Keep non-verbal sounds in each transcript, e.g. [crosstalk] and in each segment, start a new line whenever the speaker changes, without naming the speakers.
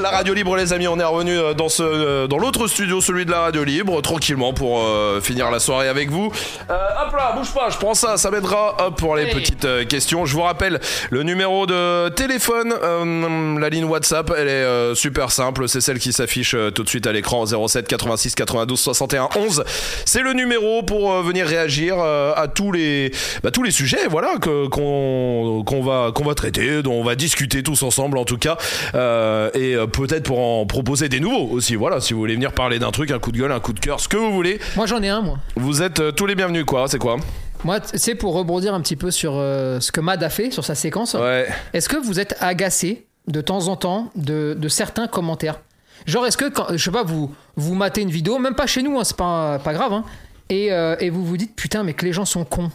La radio libre, les amis, on est revenu euh, dans, ce, euh, dans l'autre studio, celui de la radio libre, tranquillement pour euh, finir la soirée avec vous. Euh, hop là, bouge pas, je prends ça, ça m'aidera hop, pour les petites euh, questions. Je vous rappelle le numéro de téléphone, euh, la ligne WhatsApp, elle est euh, super simple, c'est celle qui s'affiche euh, tout de suite à l'écran 07 86 92 61 11. C'est le numéro pour euh, venir réagir euh, à tous les, bah, tous les sujets voilà, que- qu'on qu'on va, qu'on va traiter, dont on va discuter tous ensemble en tout cas. Euh, et euh, peut-être pour en proposer des nouveaux aussi. Voilà, si vous voulez venir parler d'un truc, un coup de gueule, un coup de cœur, ce que vous voulez,
Moi j'en ai un moi.
vous êtes euh, tous les bienvenus quoi. C'est quoi
Moi t- c'est pour rebondir un petit peu sur euh, ce que Mad a fait, sur sa séquence.
Ouais.
Est-ce que vous êtes agacé de temps en temps de, de certains commentaires Genre est-ce que quand, je sais pas vous vous matez une vidéo, même pas chez nous, hein, c'est pas pas grave, hein, et, euh, et vous vous dites putain mais que les gens sont cons.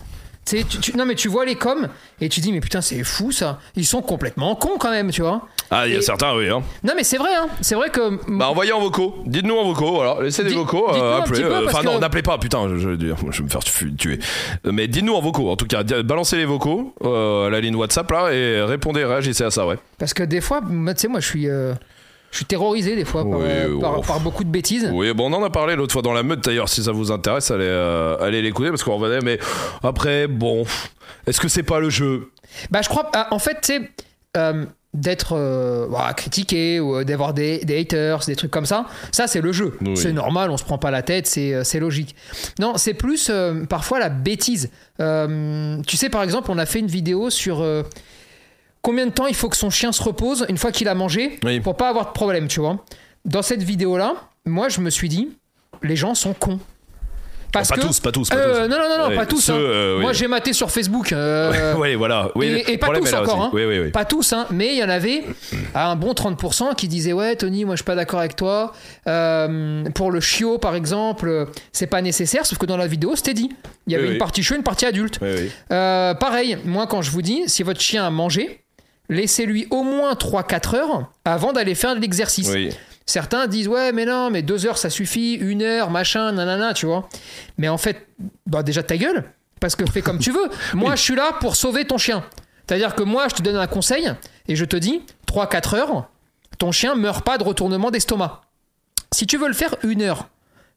Tu, sais, tu, tu- non mais tu vois les coms et tu dis mais putain c'est fou ça, ils sont complètement cons quand même tu vois.
Ah, il y a
Et-
certains, oui. Hein.
Non mais c'est vrai hein, c'est vrai que
Bah, envoyez en vocaux. Dites-nous en vocaux. Voilà, laissez des
Dites-
vocaux.
dites-nous un
appelez.
petit peu,
euh,
parce
Enfin, non,
que-
n'appelez pas. Putain, je, je veux dire, [laughs] je vais me faire fu- tuer. Euh, Mais dites-nous en vocaux. En tout cas, di- balancez les vocaux euh, à la ligne WhatsApp là et répondez, réagissez à ça, ouais.
Parce que des fois, moi, tu sais, moi, je suis, euh, je suis terrorisé des fois par,
Oui,
euh, par,
oh.
par beaucoup de bêtises.
Oui, bon, on en a parlé l'autre fois dans la meute d'ailleurs. Si ça vous intéresse, allez, euh, allez l'écouter parce qu'on revenait. Mais après, bon, est-ce que c'est pas le jeu
Bah, je crois, ah, en fait, tu sais, euh, d'être euh, ouah, critiqué ou euh, d'avoir des, des haters, des trucs comme ça, ça, c'est le jeu.
Oui.
C'est normal, on se prend pas la tête, c'est, euh, c'est logique. Non, c'est plus euh, parfois la bêtise. Euh, tu sais, par exemple, on a fait une vidéo sur. euh, Combien de temps il faut que son chien se repose une fois qu'il a mangé
Oui.
pour pas avoir de problème, tu vois Dans cette vidéo-là, moi je me suis dit, les gens sont cons. Parce
Pas
que-
tous, pas tous, pas
Euh,
tous.
non, non, non, non,
Ouais,
pas tous.
ceux,
hein.
euh, oui.
Moi, j'ai maté sur Facebook. euh,
oui, voilà. Oui,
et- et pas
problème
tous
est là
encore,
aussi.
hein.
Oui, oui, oui.
Pas tous, hein, mais il y en avait à un bon 30% qui disaient Ouais, Tony, moi, je suis pas d'accord avec toi. Euh, pour le chiot, par exemple, euh, c'est pas nécessaire, sauf que dans la vidéo, c'était dit. Il y avait
Oui,
une
oui.
partie chiot, une partie adulte.
Oui, oui.
Euh, pareil, moi, quand je vous dis Si votre chien a mangé, laissez-lui au moins 3-4 heures avant d'aller faire de l'exercice.
Oui.
Certains disent ouais mais non mais deux heures ça suffit, une heure machin nanana tu vois. Mais en fait bah déjà ta gueule parce que fais comme
[laughs]
tu veux. Moi je suis là pour sauver ton chien. C'est-à-dire que moi je te donne un conseil et je te dis 3-4 heures ton chien meurt pas de retournement d'estomac. Si tu veux le faire une heure,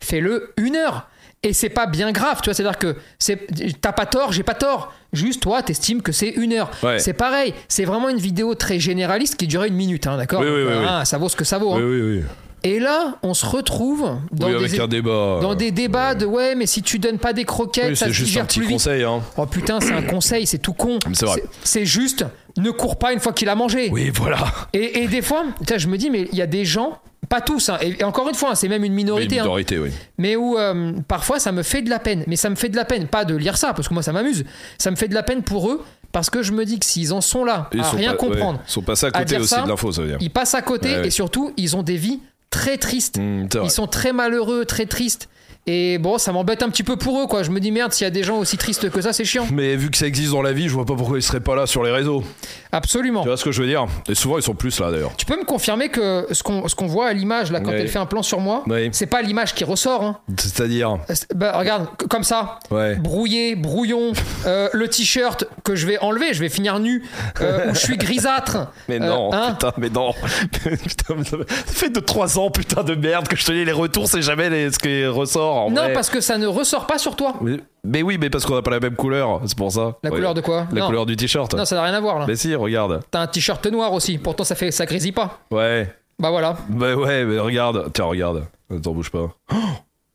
fais-le une heure. Et c'est pas bien grave, tu vois. C'est-à-dire que c'est, t'as pas tort, j'ai pas tort. Juste toi, t'estimes que c'est une heure.
Ouais.
C'est pareil. C'est vraiment une vidéo très généraliste qui durait une minute, hein, d'accord
Oui, oui, oui, oui.
Ah, Ça vaut ce que ça vaut. hein.
Oui, oui, oui.
Et là, on se retrouve dans,
oui,
des,
avec un débat. euh,
dans des débats de ouais, mais si tu donnes pas des croquettes,
Oui,
ça se
c'est juste
digère
un petit
plus vite.
conseil. Hein.
Oh putain, c'est un conseil, c'est tout con.
C'est vrai.
c'est juste, ne cours pas une fois qu'il a mangé.
Oui, voilà.
Et, et des fois, putain, je me dis, mais il y a des gens, pas tous, hein, et, et encore une fois, hein, c'est même une minorité,
Mais
hein,
minorité, oui.
mais où euh, parfois ça me fait de la peine. Mais ça me fait de la peine, pas de lire ça, parce que moi ça m'amuse. Ça me fait de la peine pour eux, parce que je me dis que s'ils en sont là,
Ils
à
sont
rien
pas- ouais,
comprendre,
Ils sont passés à
à
côté
dire
aussi
ça,
de l'info, ça veut dire.
ils passent à côté,
Ouais, ouais.
et surtout, ils ont des vies très tristes.
Hmm, c'est vrai.
Ils sont très malheureux, très tristes. Et bon, ça m'embête un petit peu pour eux, quoi. Je me dis merde, s'il y a des gens aussi tristes que ça,
[laughs]
c'est chiant.
Mais vu que ça existe dans la vie, je vois pas pourquoi ils seraient pas là sur les réseaux.
Oh. Absolument.
Tu vois ce que je veux dire Et souvent, ils sont plus là d'ailleurs.
Tu peux me confirmer que ce qu'on ce qu'on voit à l'image, là, quand
Oui.
elle fait un plan sur moi,
Oui.
c'est pas l'image qui ressort. hein.
C'est-à-dire.
C'est- Bah, regarde, c- comme ça,
Ouais.
brouillé,
[laughs]
brouillon, euh, le t-shirt que je vais enlever, je vais finir nu,
[laughs]
euh, où je suis grisâtre.
Mais
Euh,
non,
hein.
putain, mais non. [laughs] putain, mais ça fait de 3 ans, putain de merde, que je te lis les retours, c'est jamais les- ce qui ressort. En
Non,
vrai.
parce que ça ne ressort pas sur toi.
Mais, mais oui, mais parce qu'on n'a pas la même couleur, c'est pour ça.
La
Ouais.
couleur de quoi
La
non.
couleur du t-shirt.
non, ça n'a rien à voir là.
Mais si, regarde.
T'as un t-shirt noir aussi, pourtant ça fait ça grésille pas.
Ouais.
Bah voilà.
Bah ouais, mais regarde. Tiens, regarde. Attends, bouge pas. Oh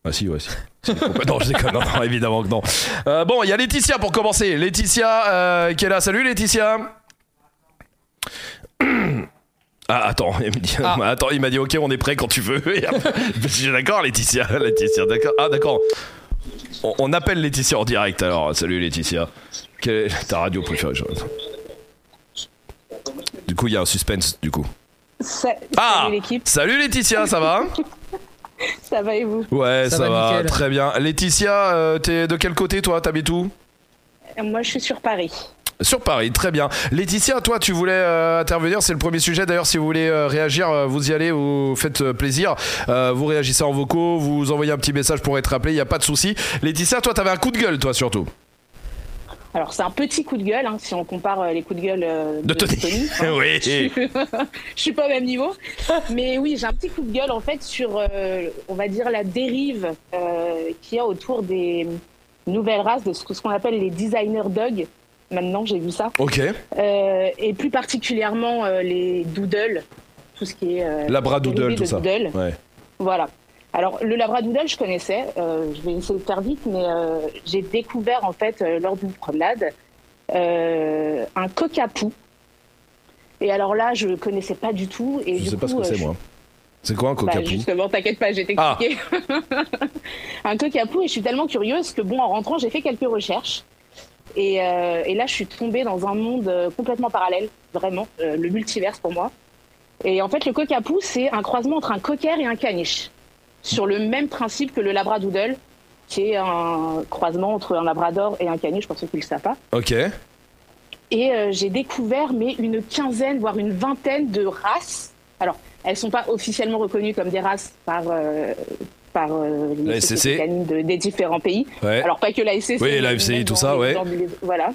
ah si, ouais, si. Si, pourquoi- non, je déconne, non, non, évidemment que non. Euh, bon, il y a Laetitia pour commencer. Laetitia euh, qui est là. Salut Laetitia. Ah, attends, il me dit-
Ah.
attends, il m'a dit ok, on est prêt quand tu veux. Et après, je dis, d'accord, Laetitia, Laetitia, d'accord. Ah, d'accord. On, on appelle Laetitia en direct alors. Salut Laetitia. Quelle est ta radio préférée je- Du coup, il y a un suspense du coup.
Sa-
Ah
Salut l'équipe,
Salut Laetitia, ça
[laughs]
va
ça va et vous
Ouais, ça, va,
Ça va, nickel.
très bien. Laetitia, euh, t'es de quel côté toi T'habites où
Moi je suis sur Paris.
Sur Paris, très bien. Laetitia, toi, tu voulais euh, intervenir, c'est le premier sujet. D'ailleurs, si vous voulez euh, réagir, euh, vous y allez, vous faites euh, plaisir. Euh, vous réagissez en vocaux, vous envoyez un petit message pour être rappelé, il n'y a pas de souci. Laetitia, toi, t'avais un coup de gueule, toi, surtout.
Alors, c'est un petit coup de gueule, hein, si on compare euh, les coups de gueule euh,
De
de,
Tony. [laughs]
Tony. Enfin,
Oui.
Je suis- je suis pas au même niveau. Mais oui, j'ai un petit coup de gueule, en fait, sur, euh, on va dire, la dérive euh, qu'il y a autour des nouvelles races, de ce ce qu'on appelle les designer dogs. Maintenant, j'ai vu ça.
Ok.
Euh, et plus particulièrement euh, les doodles, tout ce qui est. euh,
Labradoodle,
dérivé
tout
de
ça.
doodle.
Ouais.
Voilà. Alors, le labradoodle, je connaissais. euh, je vais essayer de faire vite, mais euh, j'ai découvert, en fait, euh, lors d'une promenade, euh, un cockapoo. Et alors là, je connaissais pas du tout. Et
Je
du
sais pas
coup,
ce que
euh,
c'est, moi. C'est quoi un
bah,
coca-pou
justement, t'inquiète pas, j'ai
Ah.
t'expliqué. [laughs] un cockapoo, et je suis tellement curieuse que, bon, en rentrant, j'ai fait quelques recherches. Et, euh, et là, je suis tombée dans un monde euh, complètement parallèle, vraiment, euh, le multiverse pour moi. Et en fait, le cockapoo, c'est un croisement entre un cocker et un caniche, sur le même principe que le labradoodle, qui est un croisement entre un labrador et un caniche, pour ceux qui ne le savent pas.
Ok.
Et euh, j'ai découvert mais une quinzaine, voire une vingtaine de races. Alors, elles ne sont pas officiellement reconnues comme des races par, euh, par euh,
La
les
SCC.
sociétés canines de- des différents pays.
Ouais.
Alors, pas que la SCC.
Eh. Oui, la
mais
FCI,
même
tout
dans
ça,
les-
ouais.
dans les-
[coughs]
voilà.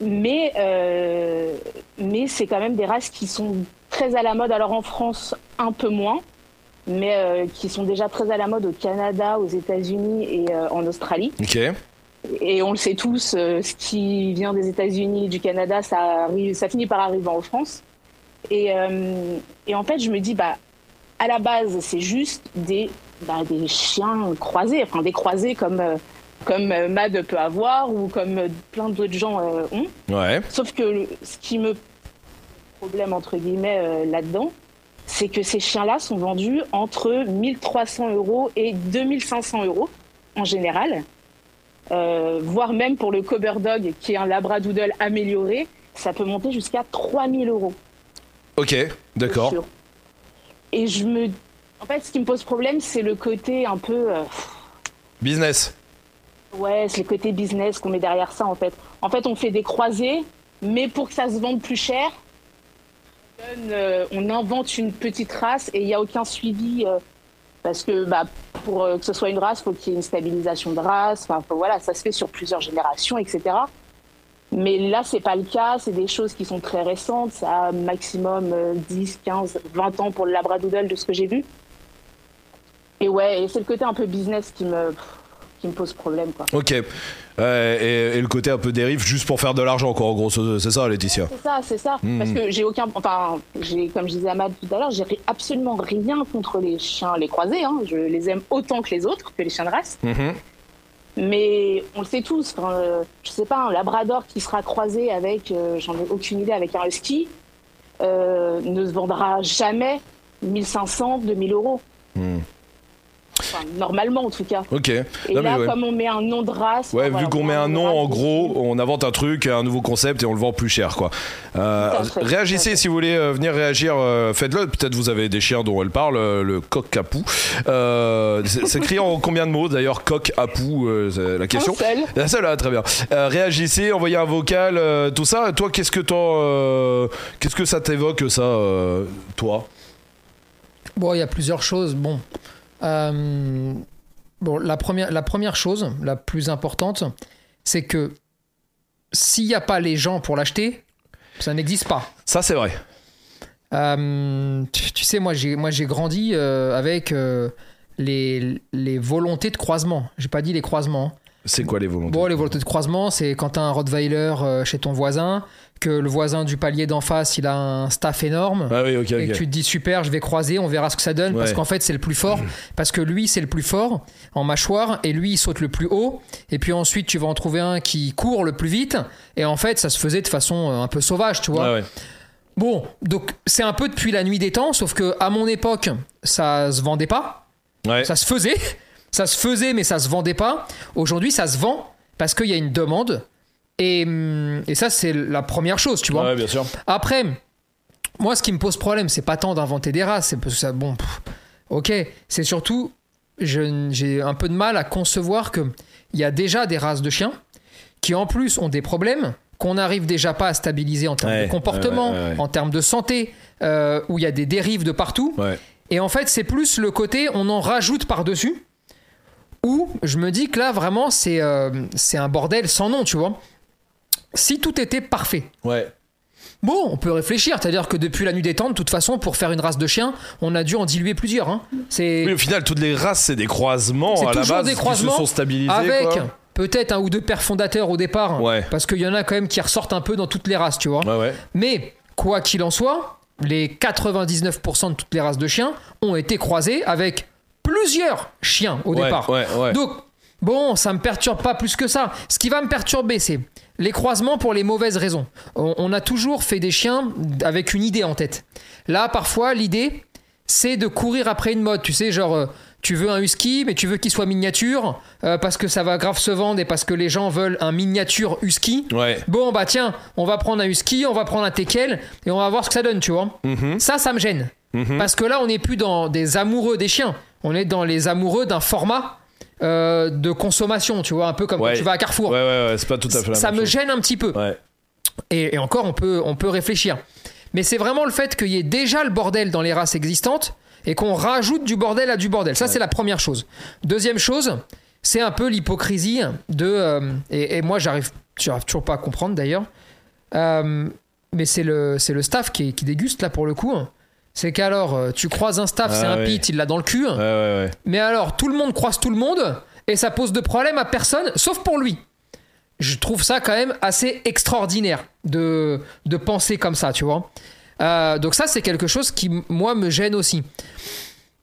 Mais, euh, mais c'est quand même des races qui sont très à la mode. Alors, en France, un peu moins, mais euh, qui sont déjà très à la mode au Canada, aux États-Unis et euh, en Australie.
Ok.
Et on le sait tous, euh, ce qui vient des États-Unis, du Canada, ça, arrive, ça finit par arriver en France. Et, euh, et en fait, je me dis, bah, à la base, c'est juste des, bah, des chiens croisés, enfin des croisés comme, euh, comme euh, Mad peut avoir ou comme euh, plein d'autres gens euh, ont.
Ouais.
Sauf que le- ce qui me problème, entre guillemets, euh, là-dedans, c'est que ces chiens-là sont vendus entre 1300 euros et 2500 euros en général. Euh, voire même pour le Coberdog, qui est un labradoodle amélioré, ça peut monter jusqu'à 3000 euros.
Ok. D'accord.
Sûr. Et je me. En fait, ce qui me pose problème, c'est le côté un peu. euh,
Business.
Ouais, c'est le côté business qu'on met derrière ça en fait. En fait, on fait des croisés, mais pour que ça se vende plus cher, on donne, euh, on invente une petite race et il n'y a aucun suivi euh, parce que bah, pour euh, que ce soit une race, faut qu'il y ait une stabilisation de race. Enfin, faut- voilà, ça se fait sur plusieurs générations, etc. Mais là, c'est pas le cas. C'est des choses qui sont très récentes. Ça a maximum euh, 10, 15, 20 ans pour le labradoodle de ce que j'ai vu. Et ouais, et c'est le côté un peu business qui me qui me pose problème quoi.
Ok. Euh, et, et le côté un peu dérive, juste pour faire de l'argent, quoi. En gros, c'est c'est ça, Laetitia.
C'est ça, c'est ça.
Mhm.
Parce que j'ai aucun. Enfin, j'ai, comme je disais à Matt tout à l'heure, j'ai ri- absolument rien contre les chiens, les croisés. hein. Je les aime autant que les autres, que les chiens de race.
Mhm.
Mais on le sait tous. enfin, euh, je sais pas, un labrador qui sera croisé avec, euh, j'en ai aucune idée, avec un husky, euh, ne se vendra jamais 1500, 2000 euros.
Mhm.
Enfin, normalement, en tout cas.
Ok.
Et
Non, mais
là,
ouais.
comme on met un nom de race.
Ouais,
enfin, voilà,
vu qu'on met un nom,
de race
en gros,
dessus.
on invente un truc, un nouveau concept et on le vend plus cher, quoi. Euh,
Tout à fait, tout à
réagissez
fait.
si vous voulez euh, venir réagir, euh, faites-le. Peut-être vous avez des chiens dont elle parle, euh, le coq à pou. Euh, c'est c'est écrit en combien de mots d'ailleurs, coq à pou, euh, c'est la question.
Un seul.
La seule, ah, très bien. Euh, réagissez, envoyez un vocal, euh, tout ça. Toi, qu'est-ce que t'en, euh, qu'est-ce que ça t'évoque ça, euh, toi
Bon, il y a plusieurs choses. Bon, Euh, bon la, première, la première chose, la plus importante, c'est que s'il n'y a pas les gens pour l'acheter, ça n'existe pas.
Ça, c'est vrai.
Euh, tu, tu sais, moi j'ai moi j'ai grandi euh, avec euh, les, les volontés de croisement. J'ai pas dit les croisements.
C'est quoi les volontés
Bon, les volontés de croisement, c'est quand t'as un Rottweiler euh, chez ton voisin, que le voisin du palier d'en face, il a un staff énorme.
Ah oui, ok,
Et que
ok.
tu te dis super, je vais croiser, on verra ce que ça donne, parce
Ouais.
qu'en fait c'est le
[clears throat]
plus fort, parce que lui c'est le plus fort en mâchoire, et lui il saute le plus haut, et puis ensuite tu vas en trouver un qui court le plus vite, et en fait ça se faisait de façon euh, un peu sauvage, tu vois.
Ah ouais.
Bon, donc c'est un peu depuis la nuit des temps, sauf que à mon époque, ça se vendait pas,
Ouais.
ça se faisait, ça se faisait, mais ça se vendait pas. Aujourd'hui, ça se vend parce qu'il y a une demande, et, hum, et ça c'est la première chose, tu vois.
Ouais, bien sûr.
Après, moi, ce qui me pose problème, c'est pas tant d'inventer des races, c'est parce que ça, bon, pff, ok, c'est surtout, je n- j'ai un peu de mal à concevoir que il y a déjà des races de chiens qui, en plus, ont des problèmes qu'on n'arrive déjà pas à stabiliser en termes
Ouais,
de comportement,
ouais, ouais, ouais.
en termes de santé, euh, où il y a des dérives de partout.
Ouais.
Et en fait, c'est plus le côté on en rajoute par-dessus, où je me dis que là, vraiment, c'est euh, c'est un bordel sans nom, tu vois. Si tout était parfait,
Ouais.
Bon, on peut réfléchir, c'est-à-dire que depuis la nuit des temps, de toute façon, pour faire une race de chiens, on a dû en diluer plusieurs. hein. C'est
Oui, au final, toutes les races, c'est des croisements
C'est
à la
toujours
base
des croisements
qui se sont stabilisés.
avec
quoi.
peut-être un ou deux pères fondateurs au départ, hein,
Ouais.
parce qu'il y en a quand même qui ressortent un peu dans toutes les races, tu vois.
Ouais, ouais.
Mais quoi qu'il en soit, les 99% de toutes les races de chiens ont été croisées avec plusieurs chiens au
Ouais,
départ.
Ouais, ouais.
Donc, bon, ça me perturbe pas plus que ça. Ce qui va me perturber, c'est les croisements pour les mauvaises raisons. On, on a toujours fait des chiens avec une idée en tête. Là, parfois, l'idée, c'est de courir après une mode. Tu sais, genre, euh, tu veux un husky, mais tu veux qu'il soit miniature, euh, parce que ça va grave se vendre et parce que les gens veulent un miniature husky.
Ouais.
Bon, bah tiens, on va prendre un husky, on va prendre un teckel et on va voir ce que ça donne, tu vois.
Mhm.
Ça, ça me gêne. Parce que là, on n'est plus dans des amoureux des chiens. On est dans les amoureux d'un format euh, de consommation, tu vois, un peu comme
Ouais.
quand tu vas à Carrefour.
Ouais, ouais, ouais, c'est pas tout à fait la
ça
même
me
chose.
gêne un petit peu.
Ouais.
Et, et encore, on peut, on peut réfléchir. Mais c'est vraiment le fait qu'il y ait déjà le bordel dans les races existantes et qu'on rajoute du bordel à du bordel. Ça, c'est la première chose. Deuxième chose, c'est un peu l'hypocrisie de. euh, et, et moi, j'arrive j'arrive toujours pas à comprendre d'ailleurs. Euh, mais c'est le, c'est le staff qui, qui déguste là pour le coup. C'est qu'alors, euh, tu croises un staff,
Ah
c'est un
oui.
pit, il l'a dans le cul.
Ouais, ouais, ouais.
Mais alors, tout le monde croise tout le monde et ça pose de problème à personne, sauf pour lui. Je trouve ça quand même assez extraordinaire de, de penser comme ça, tu vois. Euh, donc ça, c'est quelque chose qui, m- moi, me gêne aussi.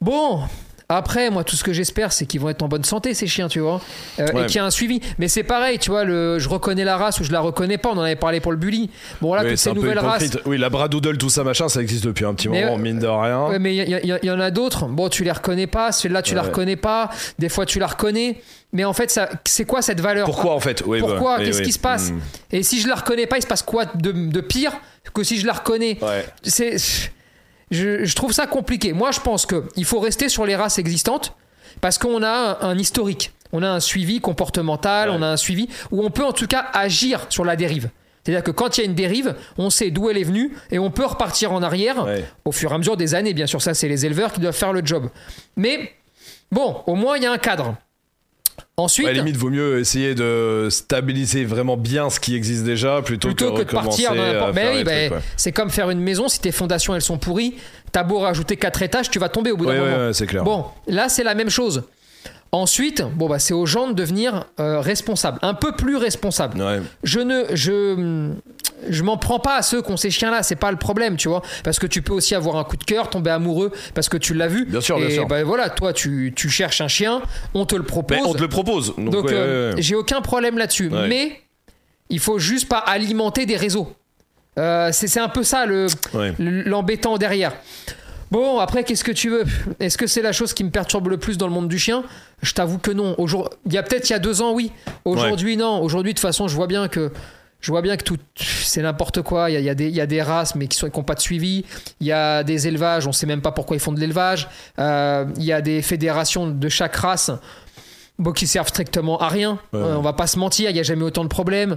Bon, après, moi, tout ce que j'espère, c'est qu'ils vont être en bonne santé, ces chiens, tu vois, euh, et
Ouais.
qu'il y a un suivi. Mais c'est pareil, tu vois, le, je reconnais la race ou je la reconnais pas, on en avait parlé pour le bully. Bon, là,
Oui,
toutes
c'est
ces
un peu
nouvelles races,
hypocrite. Oui, la bradoodle, tout ça, machin, ça existe depuis un petit
Mais,
moment,
euh,
mine de rien.
Ouais, mais il y, a- y a- y en a d'autres. Bon, tu les reconnais pas. Celle-là, tu la
hein. Ouais.
reconnais pas. Des fois, tu la reconnais. Mais en fait, ça, c'est quoi cette valeur
Pourquoi en fait Oui, bah,
Pourquoi
oui,
Qu'est-ce
oui.
qui se passe
Mm.
Et si je la reconnais pas, il se passe quoi de, de pire que si je la reconnais
Ouais.
C'est, je, je trouve ça compliqué. Moi, je pense que il faut rester sur les races existantes parce qu'on a un, un historique, on a un suivi comportemental,
Ouais.
on a un suivi où on peut en tout cas agir sur la dérive. C'est-à-dire que quand il y a une dérive, on sait d'où elle est venue et on peut repartir en arrière
Ouais.
au fur et à mesure des années. Bien sûr, ça, c'est les éleveurs qui doivent faire le job. Mais bon, au moins, il y a un cadre. Ensuite,
Ouais, limite, vaut mieux essayer de stabiliser vraiment bien ce qui existe déjà plutôt,
plutôt
euh,
que de
recommencer
partir dans
à
n'importe-
faire
Mais oui,
des
bah,
trucs, ouais.
c'est comme faire une maison, si tes fondations elles sont pourries, t'as beau rajouter quatre étages, tu vas tomber au bout d'un
Ouais, ouais,
moment.
ouais, c'est clair.
Bon, là c'est la même chose. Ensuite, bon bah c'est aux gens de devenir euh, responsables, un peu plus responsables.
Ouais.
Je ne je je m'en prends pas à ceux qui ont ces chiens là, c'est pas le problème, tu vois, parce que tu peux aussi avoir un coup de cœur, tomber amoureux parce que tu l'as vu.
Bien sûr,
et
bien sûr.
bah, voilà, toi tu, tu cherches un chien, on te le propose.
Mais on te le propose. Donc,
Donc
ouais,
euh,
ouais, ouais.
j'ai aucun problème là-dessus.
Ouais.
Mais il faut juste pas alimenter des réseaux. Euh, c'est c'est un peu ça le
Ouais.
l'embêtant derrière. Bon, après, qu'est-ce que tu veux Est-ce que c'est la chose qui me perturbe le plus dans le monde du chien Je t'avoue que non. Aujourd- Il y a peut-être il y a deux ans, oui. Aujourd'hui, non. Aujourd'hui, de toute façon, je vois bien que je vois bien que tout c'est n'importe quoi. Il y a, il y a des, il y a des races, mais qui n'ont pas de suivi. Il y a des élevages, on ne sait même pas pourquoi ils font de l'élevage. Euh, il y a des fédérations de chaque race bon, qui servent strictement à rien.
Ouais,
Euh,
ouais.
On va pas se mentir, il n'y a jamais autant de problèmes.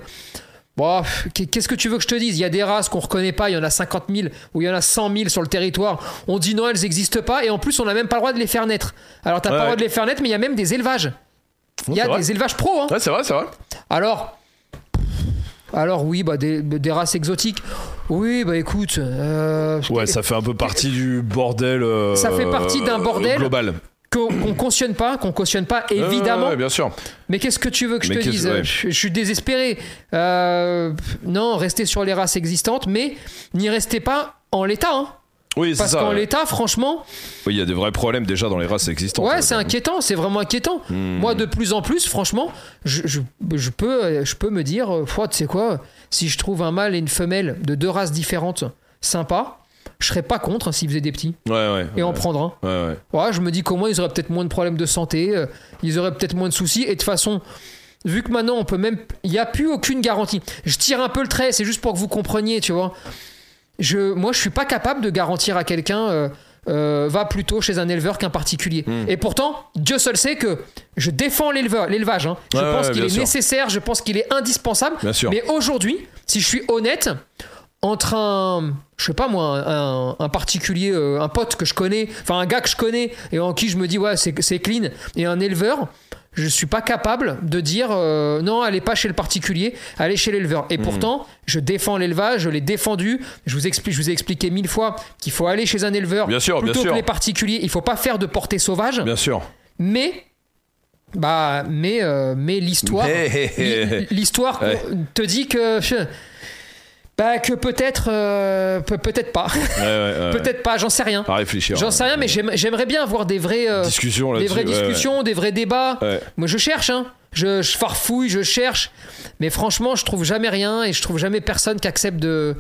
Bon, pff, qu'est-ce que tu veux que je te dise Il y a des races qu'on reconnaît pas, il y en a 50 000 ou il y en a 100 000 sur le territoire. On dit non, elles n'existent pas et en plus on n'a même pas le droit de les faire naître. Alors t'as
Ouais,
pas le droit
ouais.
de les faire naître, mais il y a même des élevages. Il y
c'est
a
vrai.
des élevages pro. Hein.
Ouais, c'est vrai, c'est vrai.
Alors, alors oui, bah des, des races exotiques. Oui, bah écoute, euh,
Ouais, ça fait un peu partie du bordel. euh,
Ça fait partie d'un
euh,
bordel.
global.
qu'on qu'on cautionne pas, qu'on cautionne pas,
Ouais, ouais,
évidemment.
ouais, bien sûr.
Mais qu'est-ce que tu veux que je
Mais
te
qu'est-ce-
dise
ouais.
je, je suis désespéré. Euh, non, restez sur les races existantes, mais n'y restez pas en l'état. hein.
Oui, c'est
Parce
ça.
qu'en
ouais.
l'état, franchement,
Oui, il y a des vrais problèmes déjà dans les races existantes.
ouais, c'est inquiétant, c'est vraiment inquiétant.
Hmm.
Moi, de plus en plus, franchement, je, je- je peux, euh, je peux me dire, euh, Pouah, tu sais quoi, si je trouve un mâle et une femelle de deux races différentes sympa, je serais pas contre hein, s'ils faisaient des petits
Ouais, ouais.
et en
ouais.
prendre un.
Ouais, ouais.
Ouais, je me dis qu'au moins ils auraient peut-être moins de problèmes de santé, euh, ils auraient peut-être moins de soucis. Et de toute façon, vu que maintenant on peut même, il n'y a plus aucune garantie. Je tire un peu le trait, c'est juste pour que vous compreniez, tu vois. Je, moi, je suis pas capable de garantir à quelqu'un. euh, euh, va plutôt chez un éleveur qu'un particulier.
Hmm.
Et pourtant, Dieu seul sait que je défends l'éleveur- l'élevage. hein. Je
Ouais,
pense
ouais,
qu'il
bien
est
sûr.
nécessaire, je pense qu'il est indispensable.
Bien sûr.
Mais aujourd'hui, si je suis honnête, entre un, je sais pas moi, un, un particulier, euh, un pote que je connais, enfin un gars que je connais et en qui je me dis ouais c'est c'est clean, et un éleveur, je suis pas capable de dire euh, non, allez pas chez le particulier, allez chez l'éleveur.
Hmm.
Et pourtant, je défends l'élevage, je l'ai défendu. Je vous explique, je vous ai expliqué mille fois qu'il faut aller chez un éleveur
Bien sûr, bien
plutôt
sûr.
que les particuliers. Il faut pas faire de portée sauvage,
Bien sûr.
mais bah mais euh, mais l'histoire
Hey, hey, hey.
L- L'histoire
Ouais.
qu'on- te dit que. je- bah, que peut-être. euh, peut- peut-être pas. [laughs]
Ouais, ouais, ouais.
peut-être pas, j'en sais rien.
À réfléchir.
J'en sais rien, mais j'aime- j'aimerais bien avoir des vrais. euh,
Ah, Discussion
des
là-dessus.
vraies
ouais, ouais.
discussions, des vrais débats.
Ouais.
Moi, je cherche, hein. Je, je farfouille, je cherche. Mais franchement, je trouve jamais rien et je trouve jamais personne qui accepte de,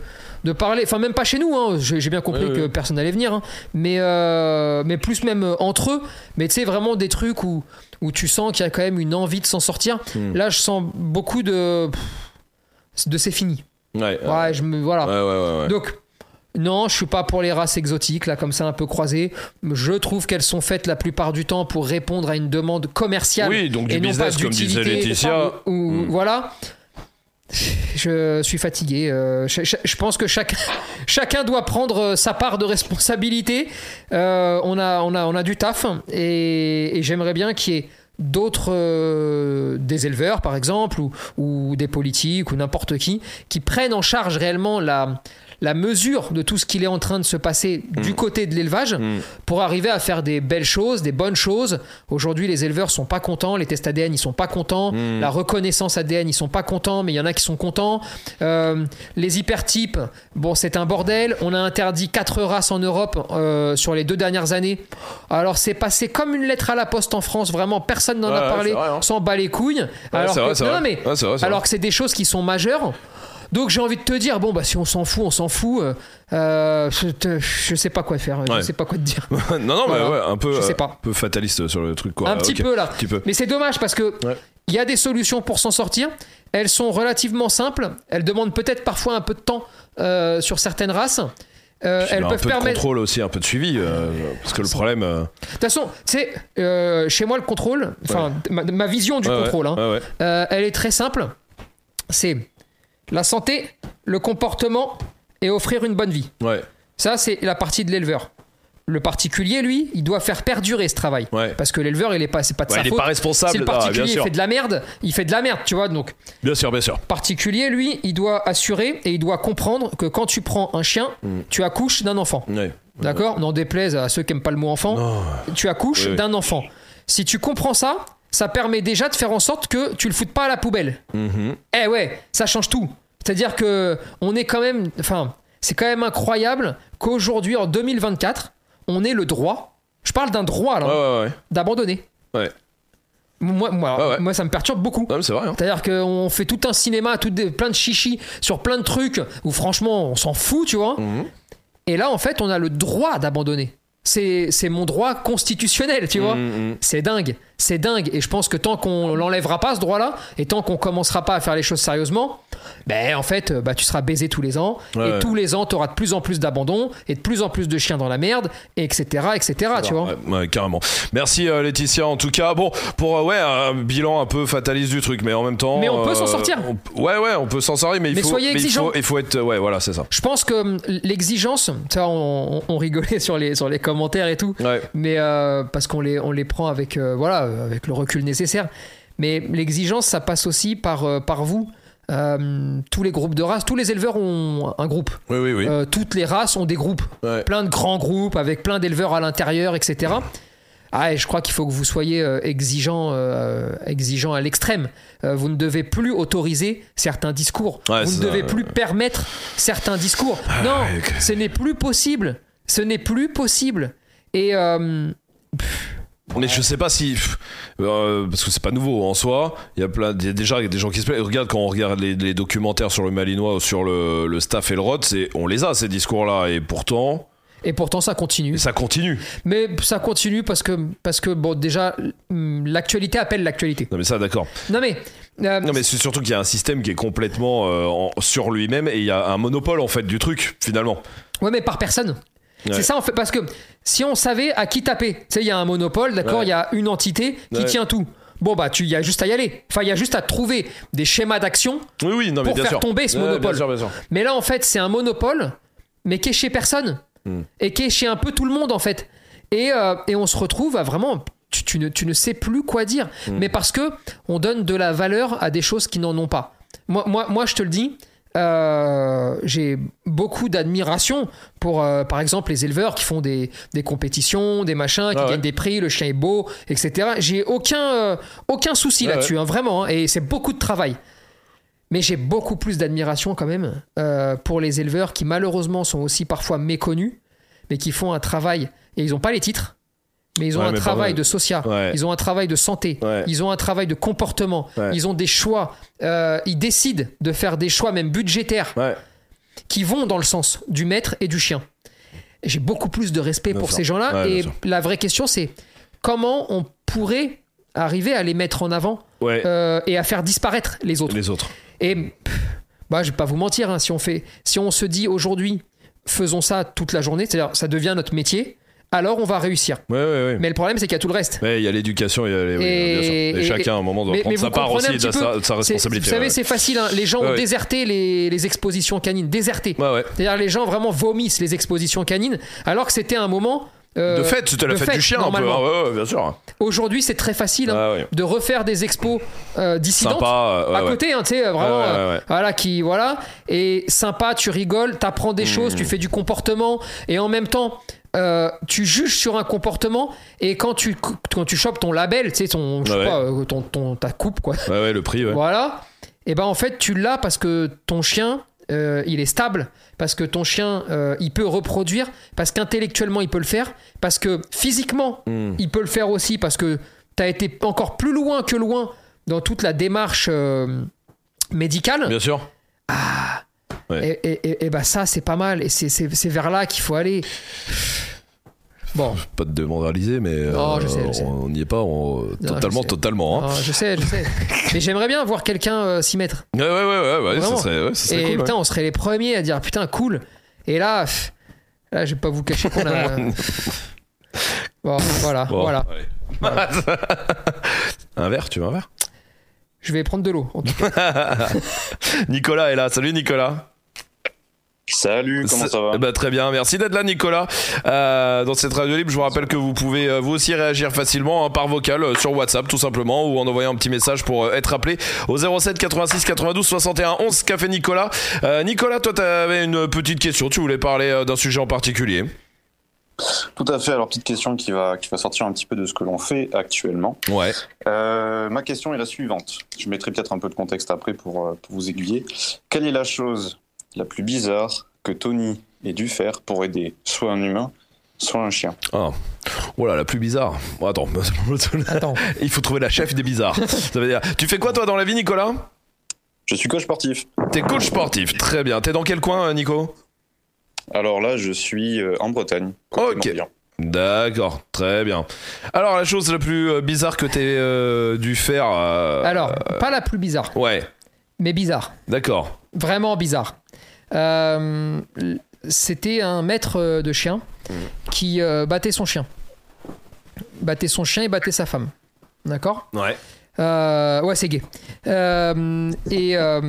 de parler. Enfin, même pas chez nous, hein. J'ai j'ai bien compris
Ouais,
que
ouais.
personne n'allait venir. hein. Mais, euh, mais plus même euh, entre eux. Mais tu sais, vraiment des trucs où, où tu sens qu'il y a quand même une envie de s'en sortir.
Hmm.
Là, je sens beaucoup de. pff, De c'est fini.
Ah Ouais,
Ouais, je me. Voilà.
ouais, ouais, ouais, ouais.
Donc, non, je suis pas pour les races exotiques, là, comme ça, un peu croisées. Je trouve qu'elles sont faites la plupart du temps pour répondre à une demande commerciale.
Oui, donc du
et non
business,
pas
comme disait
d'utilité,
Laetitia. Hmm.
Ou, ou- Voilà. Je suis fatigué. euh, je, je- je pense que chaque- [laughs] chacun doit prendre euh, sa part de responsabilité. Euh, on, a, on, a, on a du taf hein, et, et j'aimerais bien qu'il y ait d'autres, euh, des éleveurs par exemple, ou, ou des politiques, ou n'importe qui, qui prennent en charge réellement la, la mesure de tout ce qu'il est en train de se passer
Mm.
du côté de l'élevage pour arriver à faire des belles choses, des bonnes choses. Aujourd'hui, les éleveurs sont pas contents, les tests ADN ils sont pas contents,
Mm.
la reconnaissance ADN ils sont pas contents, mais il y en a qui sont contents. Euh, les hypertypes, bon c'est un bordel. On a interdit quatre races en Europe euh, sur les deux dernières années. Alors c'est passé comme une lettre à la poste en France, vraiment personne n'en
Ouais,
a
ouais,
parlé,
c'est vrai, hein.
s'en bat les couilles.
Ouais,
alors
c'est
que-
vrai, c'est
non,
vrai.
non, mais
Ouais, c'est vrai, c'est
alors que c'est des choses qui sont majeures. Donc j'ai envie de te dire, bon bah si on s'en fout, on s'en fout. euh, euh, je, te- je sais pas quoi faire,
Ouais.
je sais pas quoi te dire.
[laughs] non, non, mais
Voilà.
ouais, un peu,
Je sais
euh,
pas.
un peu fataliste sur le truc, quoi.
un petit
Ok.
peu là.
Un petit peu.
Mais c'est dommage parce que il
Ouais.
y a des solutions pour s'en sortir. Elles sont relativement simples. Elles demandent peut-être parfois un peu de temps euh, sur certaines races. Euh,
Puis, bah,
elles
un
peuvent
peu de
permettre.
contrôle aussi, un peu de suivi, euh, parce que le problème. euh,
De toute façon, tu sais, euh, chez moi le contrôle, enfin ma, ma vision du
ouais, ouais,
contrôle, hein,
ouais, ouais.
Euh, elle est très simple. C'est la santé, le comportement et offrir une bonne vie.
Ouais,
Ça, c'est la partie de l'éleveur. Le particulier, lui, il doit faire perdurer ce travail.
ouais.
Parce que l'éleveur, il est pas, c'est pas de
Ouais,
sa
il est
faute.
pas
si
responsable,
le
ah,
particulier
bien
il
sûr.
fait de la merde, il fait de la merde, tu vois. Donc,
Bien sûr, bien sûr.
particulier, lui, il doit assurer et il doit comprendre que quand tu prends un chien, tu accouches d'un enfant.
Mm. Ouais.
D'accord N'en déplaise à ceux qui aiment pas le mot enfant,
Non.
tu accouches
Oui, oui.
d'un enfant. Si tu comprends ça, ça permet déjà de faire en sorte que tu le foutes pas à la poubelle.
Mhm.
Eh ouais, ça change tout. C'est-à-dire que on est quand même, enfin, c'est quand même incroyable qu'aujourd'hui en 2024, on ait le droit. Je parle d'un droit là,
Ouais, ouais, ouais.
d'abandonner.
Ouais.
Moi, moi,
Ouais, ouais.
moi, ça me perturbe beaucoup.
Non, mais c'est vrai. hein.
C'est-à-dire qu'on fait tout un cinéma, tout des, plein de chichis sur plein de trucs où franchement on s'en fout, tu vois.
Mhm.
Et là, en fait, on a le droit d'abandonner. C'est c'est mon droit constitutionnel, tu vois.
Mhm.
C'est dingue, c'est dingue. Et je pense que tant qu'on l'enlèvera pas ce droit-là, et tant qu'on commencera pas à faire les choses sérieusement, ben en fait, euh, bah, tu seras baisé tous les ans.
Ouais,
et
ouais.
tous les ans, tu auras de plus en plus d'abandon, et de plus en plus de chiens dans la merde, et etc. etc. Ah, tu vois.
Ouais, ouais, carrément. Merci euh, Laetitia en tout cas. Bon, pour euh, ouais, un bilan un peu fataliste du truc, mais en même temps.
Mais on peut
euh,
s'en sortir.
on- ouais, ouais, on peut s'en sortir, mais il
Mais
faut.
soyez
mais il
exigeants.
faut, il faut être. euh, Ouais, voilà, c'est ça.
Je pense que hum, l'exigence, ça on, on- on rigolait sur les, sur les commentaires et tout,
Ouais.
mais euh, parce qu'on les, on les prend avec, euh, voilà, euh, avec le recul nécessaire. Mais l'exigence, ça passe aussi par, euh, par vous. Euh, tous les groupes de races, tous les éleveurs ont un groupe.
Oui, oui, oui.
Euh, toutes les races ont des groupes,
Ouais.
plein de grands groupes avec plein d'éleveurs à l'intérieur, etc. Ah, et je crois qu'il faut que vous soyez euh, exigeant, euh, exigeant à l'extrême. Euh, vous ne devez plus autoriser certains discours.
Ouais,
vous
c'est
ne devez
ça.
plus permettre certains discours. non,
ouais, ok.
ce n'est plus possible. Ce n'est plus possible. Et euh,
Mais je sais pas si. pff, euh, parce que c'est pas nouveau en soi. Il y a plein. il y a déjà des gens qui se plaignent. Regarde, quand on regarde les, les documentaires sur le Malinois ou sur le, le staff et le Rod, c'est on les a ces discours-là. Et pourtant,
et pourtant, ça continue.
et ça continue.
Mais ça continue parce que, parce que bon, déjà, hum, l'actualité appelle l'actualité.
Non, mais ça, d'accord.
Non mais, euh,
Non mais c'est surtout qu'il y a un système qui est complètement euh, en- sur lui-même et il y a un monopole en fait du truc finalement.
ouais, mais par personne.
Ouais.
C'est ça, en fait, parce que si on savait à qui taper, tu sais, il y a un monopole, d'accord,
Ouais.
il y a une entité qui
Ouais.
tient tout. Bon, bah, tu- il y a juste à y aller. Enfin, il y a juste à trouver des schémas d'action
Oui, oui, non, mais
pour
bien
faire
sûr.
tomber ce
Ouais,
monopole.
Bien sûr, bien sûr.
Mais là, en fait, c'est un monopole, mais qui est chez personne.
Hmm.
Et qui est chez un peu tout le monde, en fait. Et, euh, et on se retrouve à vraiment. Tu, tu ne, tu ne sais plus quoi dire.
Hmm.
Mais parce que on donne de la valeur à des choses qui n'en ont pas. Moi, moi, moi je te le dis. euh, j'ai beaucoup d'admiration pour euh, par exemple les éleveurs qui font des, des compétitions des machins qui
Ah ouais.
gagnent des prix le chien est beau etc j'ai aucun euh, aucun souci
Ah
là-dessus hein, vraiment hein, et c'est beaucoup de travail mais j'ai beaucoup plus d'admiration quand même euh, pour les éleveurs qui malheureusement sont aussi parfois méconnus, mais qui font un travail, et ils n'ont pas les titres, mais ils ont
Ouais,
un
mais pas
travail
mal.
de social,
Ouais.
ils ont un travail de santé,
Ouais.
ils ont un travail de comportement,
Ouais.
ils ont des choix, euh, ils décident de faire des choix même budgétaires
Ouais.
qui vont dans le sens du maître et du chien. Et J'ai beaucoup plus de respect
Bien
pour
sûr.
ces gens-là,
Ouais, bien
et
sûr.
la vraie question c'est comment on pourrait arriver à les mettre en avant
Ouais.
euh, et à faire disparaître les autres.
Les autres.
Et pff, bah, je vais pas vous mentir, hein, si on fait, si on se dit aujourd'hui, faisons ça toute la journée, c'est-à-dire ça devient notre métier, alors on va réussir.
Ouais, ouais, ouais.
Mais le problème, c'est qu'il y a tout le reste.
Ouais, il y a l'éducation, il y a les- oui,
Et-
bien sûr. Et,
et-
chacun, à un moment, doit
mais-
prendre
mais
sa
vous
part
comprenez
aussi
un
et de
petit
sa,
peu,
sa
C'est-
responsabilité.
Vous savez,
ouais.
c'est facile. hein, les gens
Ouais,
ont
ouais.
déserté les, les expositions canines, déserté.
Ouais, ouais.
C'est-à-dire les gens vraiment vomissent les expositions canines, alors que c'était un moment. euh,
de fait, c'était la
de
fête, du chien un peu.
normalement.
hein, ouais, ouais, bien sûr.
Aujourd'hui, c'est très facile hein,
Ah, ouais.
de refaire des expos euh, dissidentes.
Sympa. ouais,
à
ouais.
côté, hein, tu sais, euh, vraiment,
Ouais, ouais,
euh,
ouais.
voilà, qui, voilà, et sympa, tu rigoles, t'apprends
Mmh.
des choses, tu fais du comportement, et en même temps, euh, tu juges sur un comportement, et quand tu, quand tu chopes ton label, tu sais, ton, je sais
Ouais,
pas, euh, ton, ton- ta coupe, quoi,
Ouais, ouais, le prix, ouais.
voilà, et ben en fait, tu l'as parce que ton chien, euh, il est stable, parce que ton chien, euh, il peut reproduire, parce qu'intellectuellement, il peut le faire, parce que physiquement,
Hmm.
il peut le faire aussi parce que tu as été encore plus loin que loin dans toute la démarche euh, médicale.
Bien sûr.
Et, et- et- et bah ça, c'est pas mal. Et c'est- c'est c'est vers là qu'il faut aller. Bon,
Pas de demande réalisée, mais
Non,
euh,
je sais, je sais.
on n'y est pas on- euh,
je
totalement,
sais.
totalement. hein.
alors, euh, je sais, je sais. Mais j'aimerais bien voir quelqu'un euh, s'y mettre.
Ouais, ouais, ouais, ouais, ouais, ça
Vraiment.
serait, ouais, ça serait
Et
cool. ouais.
putain, on serait les premiers à dire putain, cool. Et là, pff, là je vais pas vous cacher qu'on a.
[laughs]
Bon, voilà,
Bon,
voilà.
allez. [laughs] un verre, tu veux un verre [laughs]
Je vais prendre de l'eau. en tout cas.
Nicolas est là. Salut Nicolas.
Salut, comment ça va
Eh ben, Très bien, merci d'être là Nicolas. Euh, dans cette radio libre, je vous rappelle que vous pouvez euh, vous aussi réagir facilement hein, par vocal euh, sur WhatsApp tout simplement ou en envoyant un petit message pour euh, être appelé au 07 86 92 61 11 Café Nicolas. Euh, Nicolas, toi t'avais une petite question, tu voulais parler euh, d'un sujet en particulier.
Tout à fait. Alors, petite question qui va, qui va sortir un petit peu de ce que l'on fait actuellement.
Ouais.
Euh, ma question est la suivante. Je mettrai peut-être un peu de contexte après pour, euh, pour vous aiguiller. Quelle est la chose la plus bizarre que Tony ait dû faire pour aider soit un humain, soit un chien
Voilà, la Oh plus bizarre. Bon, attends,
Attends.
[laughs] il faut trouver la chef des bizarres. Ça veut dire, tu fais quoi toi dans la vie Nicolas
Je suis coach sportif.
T'es coach sportif, très bien. T'es dans quel coin euh, Nico
Alors là, je suis euh, en Bretagne. côté
Ok.
Morbihan.
D'accord, très bien. Alors la chose la plus euh, bizarre que t'aies euh, dû faire. euh,
Alors, pas la plus bizarre,
Ouais,
mais bizarre.
d'accord.
vraiment bizarre. Euh, C'était un maître euh, de chien qui euh, battait son chien. Battait son chien et battait sa femme. D'accord
Ouais.
Euh, Ouais, c'est gay. Euh, et euh,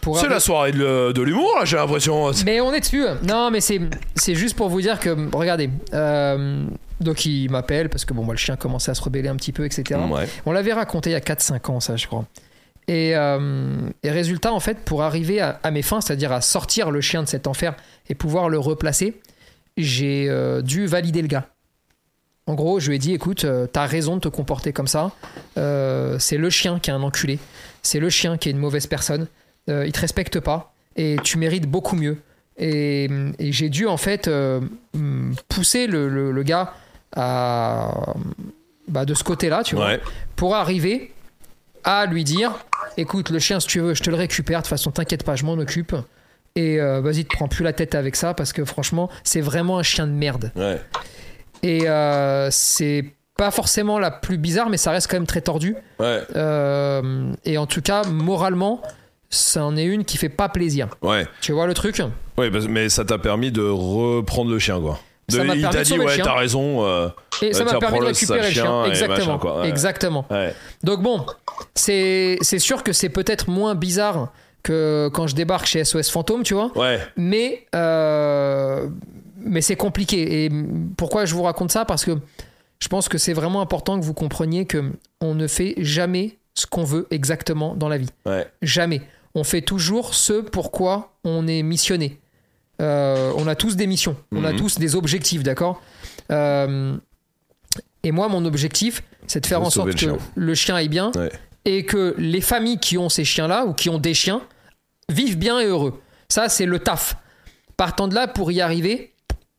pour
C'est
avoir-
la soirée de, de l'humour, là, j'ai l'impression. hein, C'est-
mais on est dessus. Non, mais c'est c'est juste pour vous dire que regardez. euh, donc il m'appelle parce que bon, moi le chien commençait à se rebeller un petit peu, etc.
Ouais.
On l'avait raconté il y a 4-5 ans, ça, je crois. Et, euh, et résultat, en fait, pour arriver à, à mes fins, c'est-à-dire à sortir le chien de cet enfer et pouvoir le replacer, j'ai euh, dû valider le gars. En gros, je lui ai dit, écoute, euh, t'as raison de te comporter comme ça. Euh, c'est le chien qui est un enculé. C'est le chien qui est une mauvaise personne. Euh, il te respecte pas et tu mérites beaucoup mieux. Et, et j'ai dû en fait euh, mm, pousser le, le- le gars à, bah, de ce côté-là, tu vois
Ouais.
pour arriver à lui dire écoute le chien si tu veux je te le récupère de toute façon t'inquiète pas je m'en occupe et euh, vas-y te prends plus la tête avec ça parce que franchement c'est vraiment un chien de merde
Ouais.
et euh, c'est pas forcément la plus bizarre mais ça reste quand même très tordu
Ouais.
Euh, et en tout cas moralement ça en est une qui fait pas plaisir
Ouais.
tu vois le truc
Ouais, parce- mais ça t'a permis de reprendre le chien, quoi.
ça m'a
il
permis
t'a
de
dit,
sauver
ouais,
le chien.
t'as raison. euh,
Et ça
euh,
m'a
tiens,
permis de
prends-le, c'est ça,
récupérer le
chien,
chien.
et machin,
Exactement.
quoi. Ouais.
Exactement.
ouais.
Donc bon, c'est c'est sûr que c'est peut-être moins bizarre que quand je débarque chez SOS Fantôme, tu vois.
Ouais.
Mais euh, mais c'est compliqué. Et pourquoi je vous raconte ça Parce que je pense que c'est vraiment important que vous compreniez que on ne fait jamais ce qu'on veut exactement dans la vie.
Ouais.
Jamais. On fait toujours ce pourquoi on est missionné. Euh, on a tous des missions, on a
Mhm.
tous des objectifs, d'accord Euh, Et moi, mon objectif, c'est de faire
De
en sorte
sauver
que
le
le chien aille bien
Ouais.
et que les familles qui ont ces chiens-là ou qui ont des chiens vivent bien et heureux. Ça, c'est le taf. Partant de là, pour y arriver,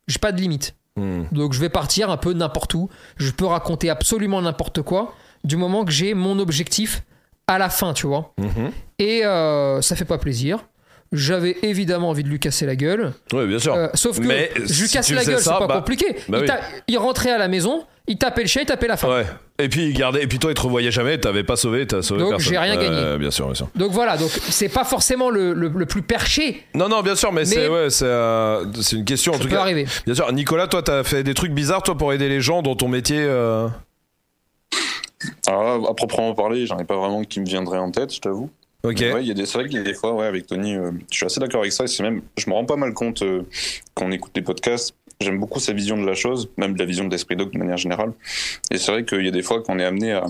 j'ai pas de limite.
Hmm.
Donc je vais partir un peu n'importe où. Je peux raconter absolument n'importe quoi du moment que j'ai mon objectif à la fin, tu vois.
Mhm.
Et euh, ça fait pas plaisir. J'avais évidemment envie de lui casser la gueule.
Ouais, bien sûr.
Euh, sauf que
Oh. Mais
je lui
si
casse
tu
la
faisais
gueule, c'est
ça,
pas
bah-
compliqué.
bah
il,
oui.
ta- il rentrait à la maison, il tapait le chien, il tapait la femme.
Ouais. Et puis il gardait, et puis toi il te revoyait jamais, t'avais pas sauvé, t'as sauvé
Donc,
personne.
j'ai rien
Euh,
gagné.
bien sûr, bien sûr.
Donc voilà, donc c'est pas forcément le, le- le plus perché.
Non, non, bien sûr, mais, c'est
Mais-
ouais, c'est euh, c'est une question en
Ça
tout
peut
cas.
arriver.
Bien sûr, Nicolas, toi t'as fait des trucs bizarres toi pour aider les gens dans ton métier. euh,
Alors là, Ah, à proprement parler, j'en ai pas vraiment qui me viendrait en tête, je t'avoue.
Ok.
Mais ouais, il y a des c'est vrai qu'il y a des fois, ouais, avec Tony, euh, je suis assez d'accord avec ça. Et c'est même, je me rends pas mal compte euh, quand on écoute les podcasts. J'aime beaucoup sa vision de la chose, même de la vision d'Esprit Dog de manière générale. Et c'est vrai qu'il y a des fois qu'on est amené à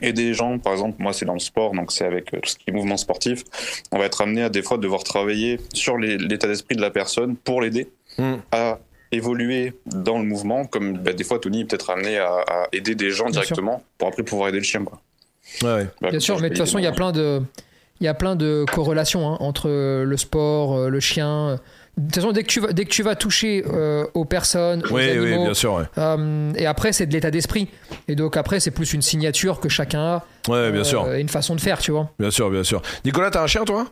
aider les gens. Par exemple, moi, c'est dans le sport, donc c'est avec euh, tout ce qui est mouvement sportif. On va être amené à des fois devoir travailler sur les- l'état d'esprit de la personne pour l'aider
Hmm.
Mm.
à évoluer dans le mouvement. Comme bah, des fois, Tony est peut-être amené à, à aider des gens
Bien sûr.
directement pour après pouvoir aider le chien. Quoi.
Ouais, ouais.
Bah,
Bien
comme ça,
sûr,
je
mais
peux
de toute
aider
façon, il y a
mon-
plein de, il y a plein de corrélations hein, entre euh, le sport, euh, le chien. De toute façon, dès que tu vas, dès que tu vas toucher euh, aux personnes, aux
Oui, oui,
animaux,
bien sûr. Ouais,
euh, et après, c'est de l'état d'esprit. Et donc après, c'est plus une signature que chacun a,
Ouais, bien
euh,
sûr,
et une façon de faire, tu vois.
bien sûr, bien sûr. Nicolas, t'as un chien toi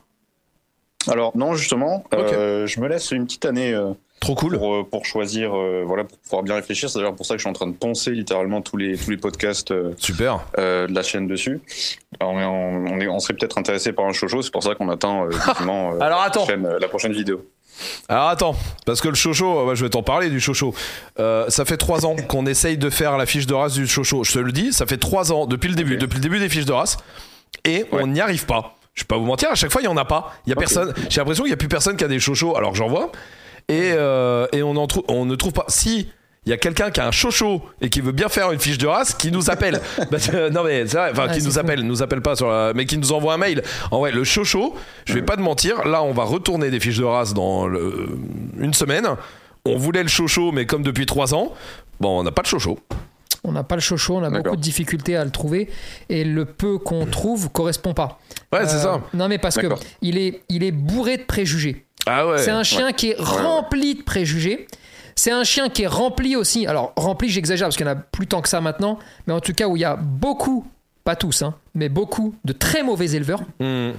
Alors non, justement, euh, je me laisse une petite année euh,
Trop cool.
pour, euh, pour choisir, euh, voilà, pour pouvoir bien réfléchir. C'est d'ailleurs pour ça que je suis en train de poncer littéralement tous les tous les podcasts euh,
Super.
euh, de la chaîne dessus. Alors, on, est, en- on, est- on serait peut-être intéressé par un show-show, c'est pour ça qu'on
[laughs]
attend euh, effectivement, euh,
Alors
la,
attends.
prochaine, euh, la prochaine vidéo.
Alors attends, parce que le chocho, euh, bah, je vais t'en parler du chocho. Euh, ça fait trois ans qu'on essaye de faire la fiche de race du chocho. Je te le dis, ça fait trois ans depuis le début,
Ok.
depuis le début des fiches de race, et on n'y arrive pas. Je vais pas vous mentir, à chaque fois il y en a pas. Il y a
Ok.
personne. J'ai l'impression qu'il y a plus personne qui a des chochos, alors que j'en vois. Et, euh, et on, en trou- on ne trouve pas. Si il y a quelqu'un qui a un chocho et qui veut bien faire une fiche de race, qui nous appelle. Bah, euh, non mais c'est vrai, enfin
Ouais,
qui
c'est
nous
fou.
appelle, nous appelle pas sur la, mais qui nous envoie un mail. En vrai, le chocho, je vais pas te mentir, là on va retourner des fiches de race dans le- une semaine. On voulait le chocho, mais comme depuis trois ans, bon, on n'a pas de chocho.
On n'a pas le chocho, on a
D'accord.
beaucoup de difficultés à le trouver, et le peu qu'on trouve correspond pas.
Ouais, c'est
Euh,
ça.
Non, mais parce que
D'accord.
il est, il est bourré de préjugés.
Ah ouais.
C'est un chien qui est rempli de préjugés. C'est un chien qui est rempli aussi. Alors, rempli, j'exagère parce qu'il n'y en a plus tant que ça maintenant. Mais en tout cas, où il y a beaucoup, pas tous, hein, mais beaucoup de très mauvais éleveurs.
Hmm.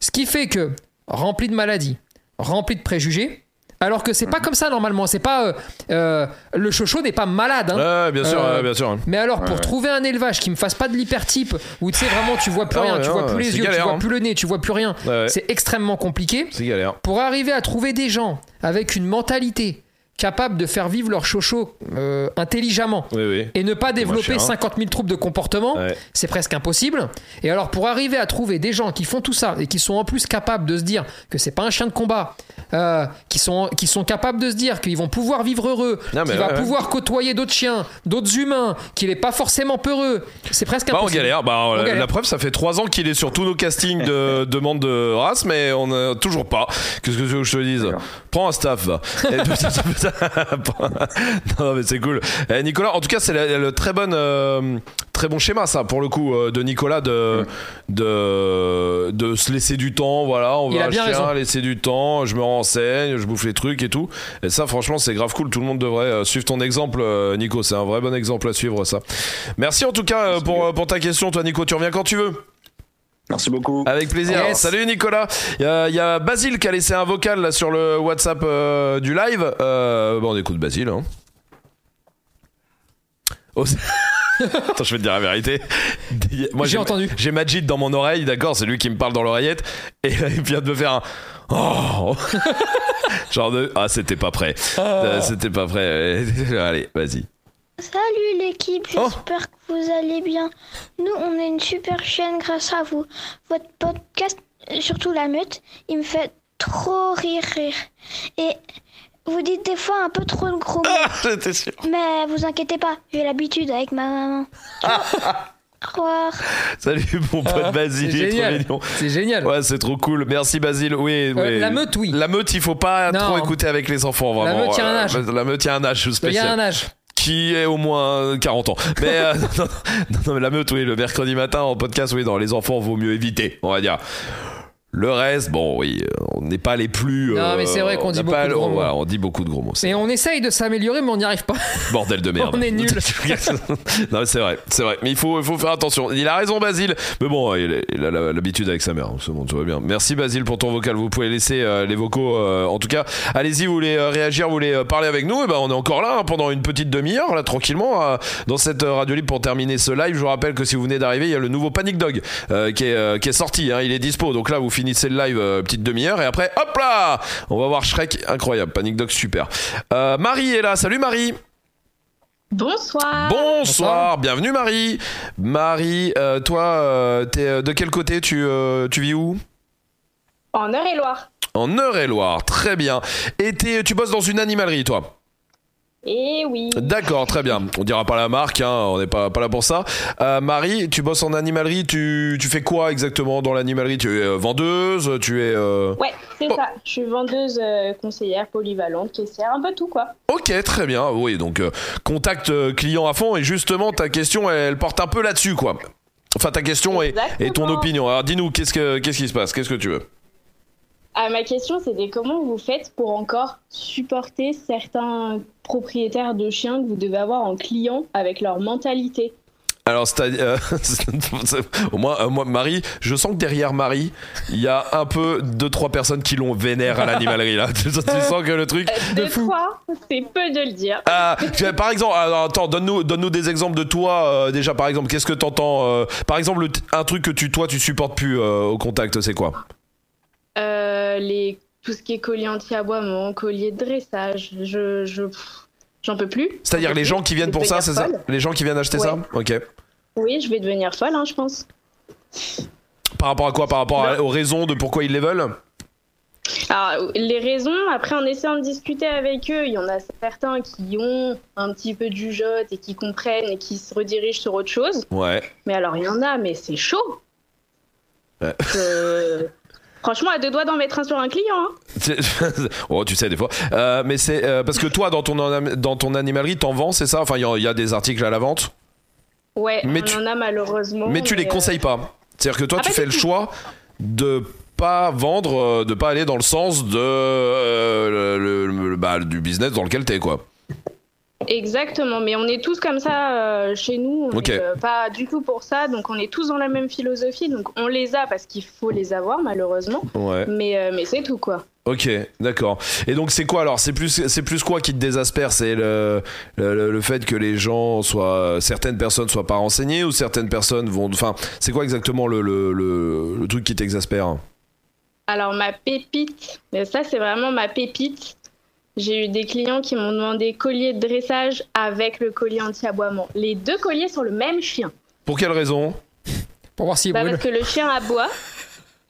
Ce qui fait que, rempli de maladies, rempli de préjugés, alors que c'est
Mhm.
pas comme ça normalement. C'est pas. euh, euh, le chocho n'est pas malade. hein.
Ouais, bien sûr,
Euh,
ouais, bien sûr.
Mais alors, pour
Ouais.
trouver un élevage qui me fasse pas de l'hypertype, où tu sais vraiment, tu vois plus
Ah
rien,
ouais,
tu
ouais,
vois plus
c'est
les yeux,
galère,
tu vois
hein.
plus le nez, tu vois plus rien,
Ouais, ouais.
c'est extrêmement compliqué
C'est galère.
pour arriver à trouver des gens avec une mentalité capable de faire vivre leur chocho euh, intelligemment
Oui, oui.
et ne pas développer
chien.
50 000 troubles de comportement,
hein. Ouais.
c'est presque impossible. Et alors pour arriver à trouver des gens qui font tout ça et qui sont en plus capables de se dire que c'est pas un chien de combat, euh, qui, sont, qui sont capables de se dire qu'ils vont pouvoir vivre heureux,
Non, mais
qu'il va
ouais, ouais.
pouvoir côtoyer d'autres chiens, d'autres humains, qu'il est pas forcément peureux, c'est presque
Bah, on
impossible.
galère. Bah, la,
galère.
la preuve, ça fait trois ans qu'il est sur tous nos castings
[laughs]
de demande de race, mais on n'a toujours pas. Qu'est-ce que tu veux que je te dise
D'accord.
Prends un staff,
[laughs]
va. Et tout ça, tout ça. [laughs] non, mais c'est cool. Eh, Nicolas, en tout cas, c'est la- le très bon, euh, très bon schéma, ça, pour le coup, euh, de Nicolas, de, de, de se laisser du temps. Voilà, on
Mm. Il
veut
a
un
bien
chien,
raison.
laisser du temps, je me renseigne, je bouffe les trucs et tout. Et ça, franchement, c'est grave cool. Tout le monde devrait euh, suivre ton exemple, euh, Nico. C'est un vrai bon exemple à suivre, ça. Merci en tout cas euh, pour, euh, pour ta question, toi Nico. Tu reviens quand tu veux.
Merci beaucoup.
Avec plaisir.
Yes.
Salut Nicolas. Il y, a- il y a Basile qui a laissé un vocal là, sur le WhatsApp euh, du live. Euh, bon, on écoute Basile. Hein. Oh, c'est- [laughs] Attends, je vais te dire la vérité. Moi,
J'ai entendu.
J'ai Majid dans mon oreille, d'accord C'est lui qui me parle dans l'oreillette. Et là, il vient de me faire un. Oh [laughs] Genre de. Ah, c'était pas prêt.
Ah.
Euh, C'était pas prêt. [laughs] Allez, vas-y.
Salut l'équipe,
Oh.
j'espère que vous allez bien. Nous, on est une super chaîne grâce à vous. Votre podcast, euh, surtout la meute, il me fait trop rire, rire. Et vous dites des fois un peu trop de gros mots.
Ah, J'étais sûr.
Mais vous inquiétez pas, j'ai l'habitude avec
[laughs]
ma maman. Au revoir.
Salut, mon pote Basile, il est
c'est
trop
Ah, génial.
mignon.
C'est génial.
Ouais, c'est trop cool. Merci, Basile. Oui,
Euh,
oui.
la meute, oui.
La meute, il faut pas
Non.
trop écouter avec les enfants, vraiment.
meute, il y a un âge.
Euh, La meute, il y a un âge
Il y
spécial.
a un âge.
Qui est au moins 40 ans. Mais euh, [laughs] non, non, non, non, mais la meute, oui, le mercredi matin en podcast, oui, dans les enfants, vaut mieux éviter, on va dire. Le reste, bon, oui, euh, on n'est pas les plus. euh,
Non, mais c'est vrai qu'on
on n'a
dit
pas
beaucoup de
le-
gros mots.
voilà, on dit beaucoup de gros mots. C'est
Et on essaye de s'améliorer, mais on n'y arrive pas. [laughs]
Bordel de merde.
On est nuls.
[laughs] non, mais c'est vrai, c'est vrai. Mais il faut, il faut faire attention. Il a raison, Basile. Mais bon, il, il a la- l'habitude avec sa mère. C'est bon, tout va bien. Merci, Basile, pour ton vocal. Vous pouvez laisser euh, les vocaux. euh, en tout cas, allez-y, vous voulez euh, réagir, vous voulez euh, parler avec nous. Et ben, on est encore là hein, pendant une petite demi-heure, là, tranquillement, euh, dans cette euh, radio libre pour terminer ce live. Je vous rappelle que si vous venez d'arriver, il y a le nouveau Panic Dog euh, qui, est, euh, qui est sorti. hein. il est dispo. Donc là, vous finissez le live, euh, petite demi-heure. Et après, hop là On va voir Shrek. Incroyable. Panic Dog, super. Euh, Marie est là. Salut, Marie.
Bonsoir.
Bonsoir, bienvenue Marie. Marie, euh, toi, euh, t'es, euh, de quel côté tu, euh, tu vis où
En Eure-et-Loire.
En Eure-et-Loire, très bien. Et t'es- tu bosses dans une animalerie, toi
Et Eh oui.
D'accord, très bien. On dira pas la marque, hein, on n'est pas, pas là pour ça. Euh, Marie, tu bosses en animalerie, tu, tu fais quoi exactement dans l'animalerie Tu es euh, vendeuse, tu es... euh,
Ouais, c'est
Bon.
ça. Je suis vendeuse euh, conseillère polyvalente, caissière, un peu tout quoi.
Ok, très bien, oui, donc euh, contact euh, client à fond, et justement, ta question, elle, porte un peu là-dessus, quoi. Enfin, ta question et, et ton
Exactement.
opinion. Alors dis-nous, qu'est-ce, que, qu'est-ce qui se passe Qu'est-ce que tu veux
Ah, ma question, c'était comment vous faites pour encore supporter certains propriétaires de chiens que vous devez avoir en client avec leur mentalité
Alors, c'est [laughs] au moins, euh, moi, Marie, je sens que derrière Marie, il y a un peu deux trois personnes qui l'ont vénère à l'animalerie là. [laughs] tu, sens- tu sens que le truc.
De fois, c'est peu de le dire.
Ah, tu vois, par exemple, alors, attends, donne-nous, donne-nous des exemples de toi euh, déjà. Par exemple, qu'est-ce que t'entends euh, Par exemple, le t- un truc que tu, toi, tu supportes plus euh, au contact, c'est quoi
Euh, les... Tout ce qui est collier anti-aboiement, collier de dressage, je. je... pff, J'en peux plus.
C'est-à-dire
J'en peux
les
plus.
gens qui viennent
Je
pour
vais
ça,
devenir
c'est ça
folle.
Les gens qui viennent acheter
Ouais.
ça Ok.
Oui, je vais devenir folle, hein, je pense.
Par rapport à quoi Par rapport à- aux raisons de pourquoi ils les veulent
Alors, les raisons, après, en essayant de discuter avec eux, il y en a certains qui ont un petit peu du jote et qui comprennent et qui se redirigent sur autre chose.
Ouais.
Mais alors, il y en a, mais c'est chaud.
Ouais.
Euh,
[laughs]
Franchement, à deux doigts d'en mettre un sur un client. hein.
C'est- [laughs] oh, tu sais, des fois. Euh, mais c'est euh, parce que toi, dans ton, anam- dans ton animalerie, t'en vends, c'est ça Enfin, il y en- il y, a des articles à la vente,
Ouais,
Mais
on
tu-
en a malheureusement.
mais tu les
euh,
conseilles pas. C'est-à-dire que toi,
Ah,
tu
pas
fais
du
le
tout.
choix de pas vendre, euh, de pas aller dans le sens de euh, le, le- le- bah, du business dans lequel t'es, quoi.
Exactement, mais on est tous comme ça euh, chez nous. On
Ok.
est, euh, pas du tout pour ça, donc on est tous dans la même philosophie. Donc on les a parce qu'il faut les avoir, malheureusement.
Ouais.
Mais, euh, mais c'est tout, quoi.
Ok, d'accord. Et donc c'est quoi alors C'est plus c'est plus quoi qui te désespère C'est le, le le- le fait que les gens soient certaines personnes soient pas renseignées ou certaines personnes vont. Enfin, c'est quoi exactement le le, le, le truc qui t'exaspère
Alors ma pépite, mais ça c'est vraiment ma pépite. J'ai eu des clients qui m'ont demandé collier de dressage avec le collier anti-aboiement. Les deux colliers sont le même chien.
Pour quelle raison
Pour voir s'il
Bah,
brûle.
parce que le chien aboie,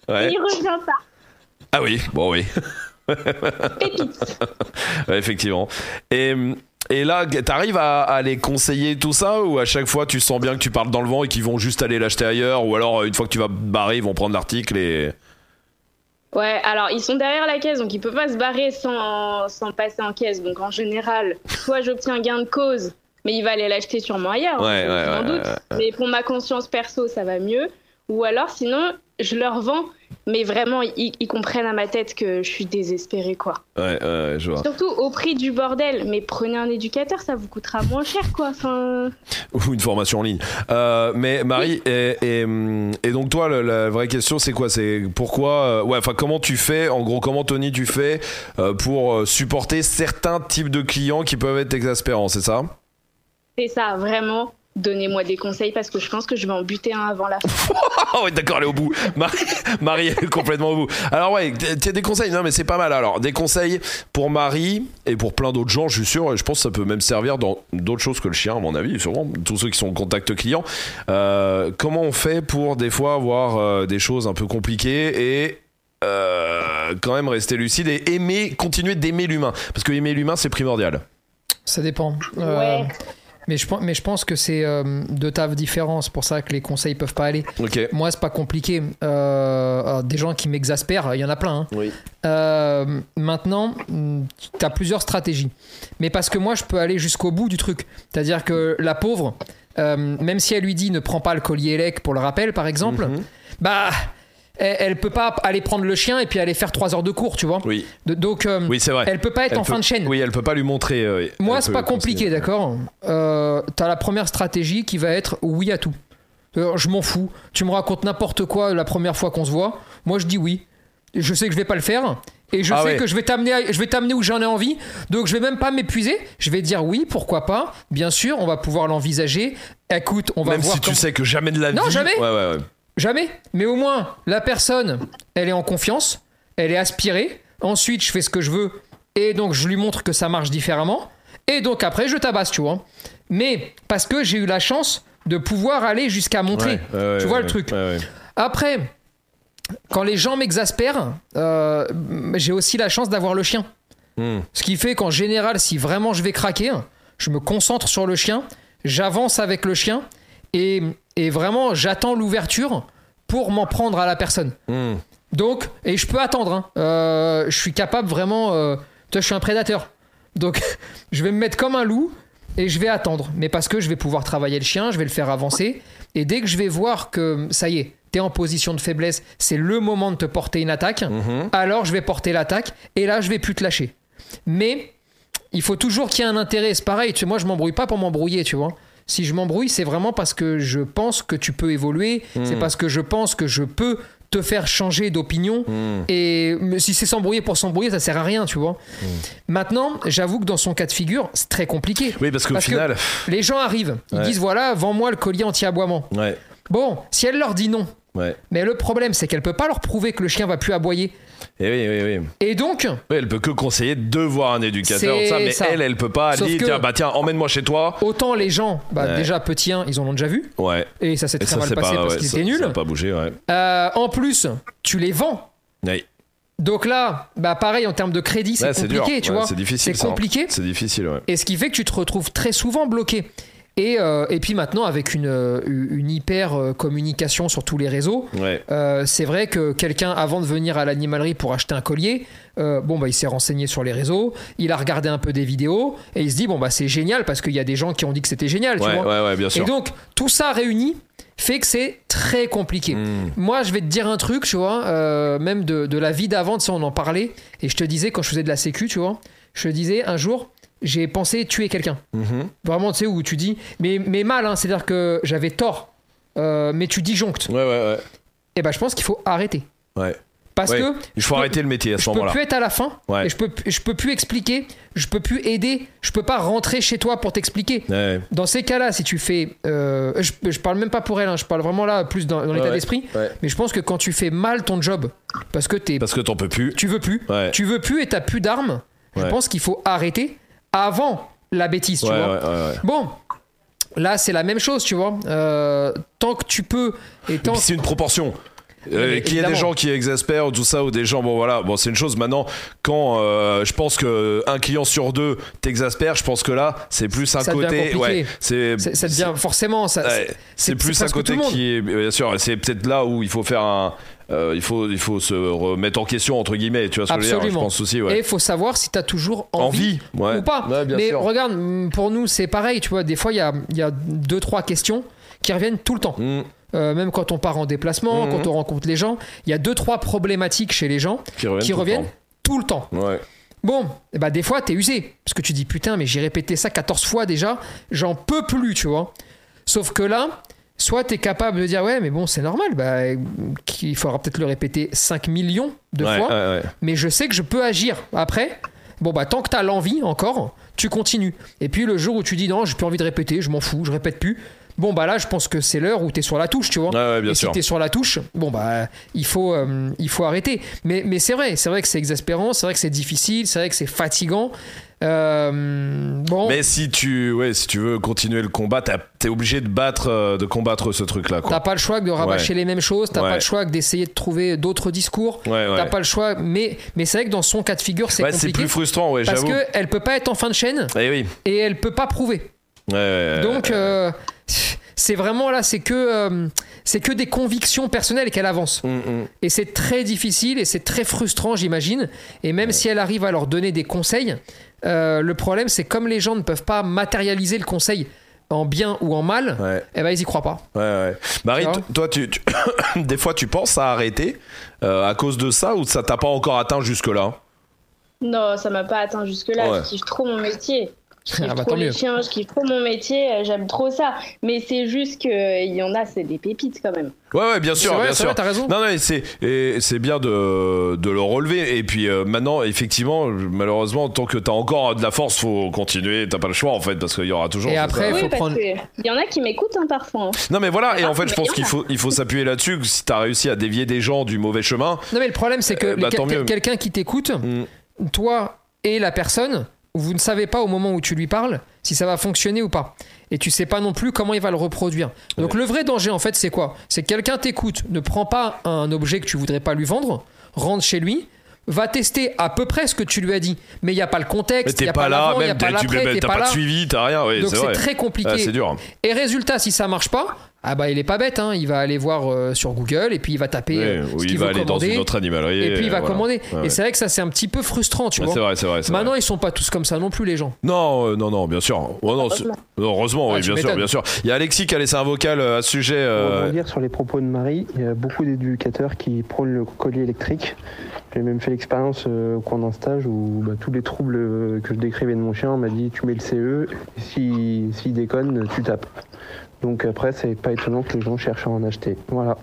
Ouais.
il revient pas.
Ah oui, bon oui, [laughs]
Pépite.
Ouais, effectivement. Et, et là, t'arrives à, à les conseiller tout ça ou à chaque fois tu sens bien que tu parles dans le vent et qu'ils vont juste aller l'acheter ailleurs ou alors une fois que tu vas te barrer, ils vont prendre l'article et...
Ouais, alors ils sont derrière la caisse, donc ils peuvent pas se barrer sans, sans passer en caisse. Donc en général, soit j'obtiens gain de cause, mais il va aller l'acheter sûrement ailleurs.
Ouais,
hein,
ouais,
sans
ouais,
doute. Mais pour ma conscience perso, ça va mieux. Ou alors sinon, je leur vends, mais vraiment, ils, ils comprennent à ma tête que je suis désespérée, quoi.
Ouais, ouais, je vois. [laughs]
Surtout au prix du bordel. Mais prenez un éducateur, ça vous coûtera moins cher, quoi. Enfin,
Ou une formation en ligne. Euh, mais Marie, et, et, hum, et donc toi, le- la, vraie question c'est quoi C'est pourquoi... euh, ouais, enfin comment tu fais, en gros comment Tony tu fais euh, pour euh, supporter certains types de clients qui peuvent être exaspérants, c'est ça
c'est ça, vraiment. Donnez-moi des conseils parce que je pense que je vais en buter un avant la fin.
[laughs] Ah ouais, d'accord, elle est au bout. Marie, [laughs] Marie, elle est complètement au bout. Alors ouais, t- t'as des conseils, non mais c'est pas mal. Alors, des conseils pour Marie et pour plein d'autres gens, je suis sûr, et je pense que ça peut même servir dans d'autres choses que le chien, à mon avis, sûrement, tous ceux qui sont en contact client. Euh, comment on fait pour des fois avoir euh, des choses un peu compliquées et... euh, quand même rester lucide et aimer continuer d'aimer l'humain parce que aimer l'humain c'est primordial
Ça dépend. Euh,
Ouais.
mais, je, pense- mais je pense que c'est euh, deux taves différentes. C'est pour ça que les conseils peuvent pas aller.
ok
Moi, c'est pas compliqué. Euh, alors, des gens qui m'exaspèrent, il y en a plein. hein.
Oui.
Euh, maintenant, tu as plusieurs stratégies. Mais parce que moi, je peux aller jusqu'au bout du truc. C'est-à-dire que la pauvre, euh, même si elle lui dit ne prends pas le collier LEC pour le rappel, par exemple,
Mhm.
bah. Elle, elle peut pas aller prendre le chien et puis aller faire trois heures de cours, tu vois.
oui
De- donc, euh,
oui c'est vrai
elle peut pas être
Elle
en
peut-
fin de chaîne.
oui elle peut pas lui montrer euh,
Moi,
elle
c'est
peut
pas
le conseiller.
compliqué, d'accord euh, T'as la première stratégie qui va être oui à tout. Euh, je m'en fous. Tu me racontes n'importe quoi la première fois qu'on se voit. Moi, je dis oui. Et Je sais que je vais pas le faire. Et je
Ah
sais
ouais.
que je vais t'amener, à- je vais t'amener où j'en ai envie. Donc, je vais même pas m'épuiser. Je vais dire oui, pourquoi pas. Bien sûr, on va pouvoir l'envisager. Écoute, on va
Même
voir.
si tu
comment-
sais que jamais de la vie.
Non, jamais.
Ouais, ouais, ouais.
Jamais. Mais au moins, la personne, elle est en confiance, elle est aspirée. Ensuite, je fais ce que je veux et donc je lui montre que ça marche différemment. Et donc après, je tabasse, tu vois. Mais parce que j'ai eu la chance de pouvoir aller jusqu'à montrer.
Ouais, ouais, ouais,
tu vois
ouais,
le truc.
ouais, ouais.
Après, quand les gens m'exaspèrent, euh, j'ai aussi la chance d'avoir le chien.
Hmm.
Ce qui fait qu'en général, si vraiment je vais craquer, je me concentre sur le chien, j'avance avec le chien et, et vraiment j'attends l'ouverture pour m'en prendre à la personne.
Hmm.
Donc, et je peux attendre, hein. Euh, je suis capable vraiment. euh, tu vois, je suis un prédateur. Donc, [laughs] je vais me mettre comme un loup et je vais attendre. Mais parce que je vais pouvoir travailler le chien, je vais le faire avancer. Et dès que je vais voir que ça y est, t'es en position de faiblesse, c'est le moment de te porter une attaque,
Mhm.
alors je vais porter l'attaque et là, je vais plus te lâcher. Mais il faut toujours qu'il y ait un intérêt. C'est pareil, tu sais, moi, je m'embrouille pas pour m'embrouiller, tu vois. Si je m'embrouille, c'est vraiment parce que je pense que tu peux évoluer, c'est parce que je pense que je peux te faire changer d'opinion.
Hmm.
Et mais si c'est s'embrouiller pour s'embrouiller, ça sert à rien, tu vois. Maintenant, j'avoue que dans son cas de figure, c'est très compliqué.
Oui, parce qu'au
Parce que-
final.
Les gens arrivent, ils
Ouais.
disent voilà, vends-moi le collier anti-aboiement.
Ouais,
Bon, si elle leur dit non,
ouais.
mais le problème, c'est qu'elle peut pas leur prouver que le chien va plus aboyer.
Et Eh oui, oui, oui.
Et donc,
Oui, elle peut que conseiller de voir un éducateur,
C'est
ça, mais
ça.
elle, elle peut pas
Sauf
dire
que-
tiens, bah tiens, emmène-moi chez toi.
autant les gens, bah,
Ouais.
déjà petit 1, ils en ont déjà vu,
Ouais.
et ça s'est
Et
très
ça,
mal
c'est
passé
pas.
parce
ouais,
qu'ils
ça-
étaient nuls.
Ça a pas bougé, ouais.
Euh, en plus, tu les vends.
Ouais,
Donc là, bah pareil, en termes de crédit, c'est
Ouais, dur.
compliqué, tu
Ouais,
vois.
C'est difficile.
C'est
ça, hein.
compliqué.
C'est difficile, ouais.
Et ce qui fait que tu te retrouves très souvent bloqué. Et, euh, et puis maintenant, avec une, euh, une hyper euh, communication sur tous les réseaux,
Ouais.
euh, c'est vrai que quelqu'un, avant de venir à l'animalerie pour acheter un collier, euh, bon, bah, il s'est renseigné sur les réseaux, il a regardé un peu des vidéos, et il se dit, bon, bah, c'est génial parce qu'il y a des gens qui ont dit que c'était génial, tu
Ouais,
vois.
ouais, ouais, bien
et
sûr.
donc, tout ça réuni fait que c'est très compliqué.
Hmm.
Moi, je vais te dire un truc, tu vois, euh, même de, de la vie d'avant, de ça, on en parlait. Et je te disais, quand je faisais de la sécu, tu vois, je te disais, un jour, j'ai pensé tuer quelqu'un.
Mhm.
Vraiment, tu sais, où tu dis, mais, mais mal, hein, c'est-à-dire que j'avais tort, euh, mais tu disjonctes.
Ouais, ouais, ouais.
Et ben, je pense qu'il faut arrêter.
Ouais.
Parce
Ouais.
que
Il faut
peux-
arrêter le métier à ce
je peux
moment-là.
plus être à la fin,
Ouais.
et je peux, je peux plus expliquer, je peux plus aider, je peux pas rentrer chez toi pour t'expliquer.
Ouais.
Dans ces cas-là, si tu fais. euh, je, je parle même pas pour elle, hein, je parle vraiment là plus dans, dans l'état
ouais.
d'esprit.
Ouais.
Mais je pense que quand tu fais mal ton job, parce que t'es
Parce que t'en peux plus.
tu veux plus,
Ouais.
tu veux plus et t'as plus d'armes,
Ouais.
je pense qu'il faut arrêter avant la bêtise,
Ouais,
tu
ouais,
vois.
ouais, ouais.
Bon, là c'est la même chose, tu vois. Euh, tant que tu peux et
Et
tant
puis c'est une proportion.
mais
Euh, qu'il y ait des
évidemment.
gens qui exaspèrent ou tout ça ou des gens bon voilà bon c'est une chose maintenant quand euh, je pense que un client sur deux t'exaspère je pense que là c'est plus un
Ça devient
côté
compliqué.
ouais c'est
c'est- ça devient forcément ça.
Ouais,
c'est-
c'est plus un
presque tout
côté
le monde.
qui est bien sûr c'est peut-être là où il faut faire un euh, il faut il faut se remettre en question entre guillemets tu vois ce que je veux dire je
Absolument.
pense aussi ouais.
Et il faut savoir si t'as toujours
envie
envie,
ouais.
ou pas.
Ouais, bien
Mais
sûr.
regarde, mm, pour nous c'est pareil, tu vois. Des fois il y a, il y a deux trois questions qui reviennent tout le temps.
Mm,
Euh, même quand on part en déplacement,
Mhm.
quand on rencontre les gens, il y a deux trois problématiques chez les gens
qui
qui
tout le
reviennent tout le temps.
temps. ouais
Bon, eh ben, des fois, t'es usé. Parce que tu dis, putain, mais j'ai répété ça 14 fois déjà, j'en peux plus, tu vois. Sauf que là, soit t'es capable de dire, ouais, mais bon, c'est normal, bah, il faudra peut-être le répéter 5 millions de
ouais,
fois,
ouais, ouais.
mais je sais que je peux agir. Après, bon, bah, tant que t'as l'envie encore, tu continues. Et puis le jour où tu dis, non, j'ai plus envie de répéter, je m'en fous, je répète plus, Bon, bah là, je pense que c'est l'heure où t'es sur la touche, tu vois.
Ouais, ouais, bien
Et
sûr.
si t'es sur la touche, bon bah il faut euh, il faut arrêter. Mais mais c'est vrai, c'est vrai que c'est exaspérant, c'est vrai que c'est difficile, c'est vrai que c'est fatigant. Euh, bon,
Mais si tu, ouais, si tu veux continuer le combat, t'as- t'es obligé de battre, euh, de combattre ce truc-là,
t'as
quoi.
pas le choix que de rabâcher les mêmes choses, t'as
Ouais.
pas le choix que d'essayer de trouver d'autres discours,
Ouais, ouais.
t'as pas le choix. Mais mais c'est vrai que dans son cas de figure, c'est
Ouais, c'est
compliqué
plus frustrant, ouais,
parce
j'avoue.
que elle peut pas être en fin de chaîne
Eh oui.
et elle peut pas prouver.
Ouais, ouais, ouais.
Donc euh, c'est vraiment là, c'est que euh, c'est que des convictions personnelles qu'elle avance.
Mm, mm.
Et c'est très difficile et c'est très frustrant, j'imagine. Et même si elle arrive à leur donner des conseils, euh, le problème, c'est comme les gens ne peuvent pas matérialiser le conseil en bien ou en mal,
Ouais,
eh ben ils y croient pas.
ouais, ouais. Marie,
Tu
t- toi, tu, [coughs] tu- des fois, tu penses à arrêter euh, à cause de ça ou ça t'a pas encore atteint jusque-là
Non, ça m'a pas atteint jusque-là.
Ouais.
Je kiffe trop mon métier. Je kiffe
Ah bah,
trop
tant
les
mieux.
chiens, je kiffe trop mon métier, euh, j'aime trop ça. Mais c'est juste qu'il y en a, c'est des pépites quand même.
Ouais, ouais, bien sûr,
C'est vrai,
bien
c'est
sûr.
vrai, t'as raison.
Non, non, et c'est et c'est bien de, de le relever. Et puis euh, maintenant, effectivement, malheureusement, tant que t'as encore de la force, faut continuer. T'as pas le choix en fait, parce qu'il y aura toujours.
Et
c'est ça.
après, Eh, faut
oui, parce
prendre-
qu'il y en a qui m'écoutent hein, parfois. hein.
Non, mais voilà. Et en fait, je
mais
pense
il y en
qu'il
a.
faut il faut s'appuyer là-dessus. que Si t'as réussi à dévier des gens du mauvais chemin,
Non mais le problème, c'est que
Euh, bah,
les-
tant mieux.
quel- quelqu'un qui t'écoute,
Mm.
toi et la personne, vous ne savez pas au moment où tu lui parles si ça va fonctionner ou pas. Et tu sais pas non plus comment il va le reproduire. Donc le vrai danger, en fait, c'est quoi C'est que quelqu'un t'écoute, ne prend pas un objet que tu voudrais pas lui vendre, rentre chez lui. Va tester à peu près ce que tu lui as dit, mais il n'y a pas le
mais
contexte, il n'y
t'es
a pas,
pas là,
l'avant, il n'y a
même
pas
t'es- tu-
l'après,
même
t'es
t'as
pas
pas de
là.
suivi, t'as rien. ouais,
Donc
c'est
c'est
vrai.
très compliqué.
Ah, c'est dur.
Et résultat, si ça marche pas, ah bah il est pas bête, hein. il va aller voir euh, sur Google et puis il va taper
Oui,
euh,
ou
ce
il
qu'il
va
veut
aller dans
commander.
une autre animalerie.
et puis il va
euh, voilà.
commander.
Ouais, ouais.
Et c'est vrai que ça c'est un petit peu frustrant, tu
Ouais,
vois.
C'est vrai, c'est vrai. c'est vrai.
Maintenant ils sont pas tous comme ça non plus les gens.
Non, euh, non, non, bien sûr. Oh, non, c'est- heureusement,
Ah,
oui,
tu
bien sûr,
m'étonnes.
bien sûr. Il y a Alexis qui a laissé un vocal euh, à ce sujet.
Pour
euh,
rebondir sur les propos de Marie, il y a beaucoup d'éducateurs qui prônent le collier électrique. J'ai même fait l'expérience euh, au cours d'un stage où bah, tous les troubles euh, que je décrivais de mon chien, on m'a dit tu mets le CE, et si- s'il déconne, tu tapes. Donc après, c'est pas étonnant que les gens cherchent à en acheter. Voilà.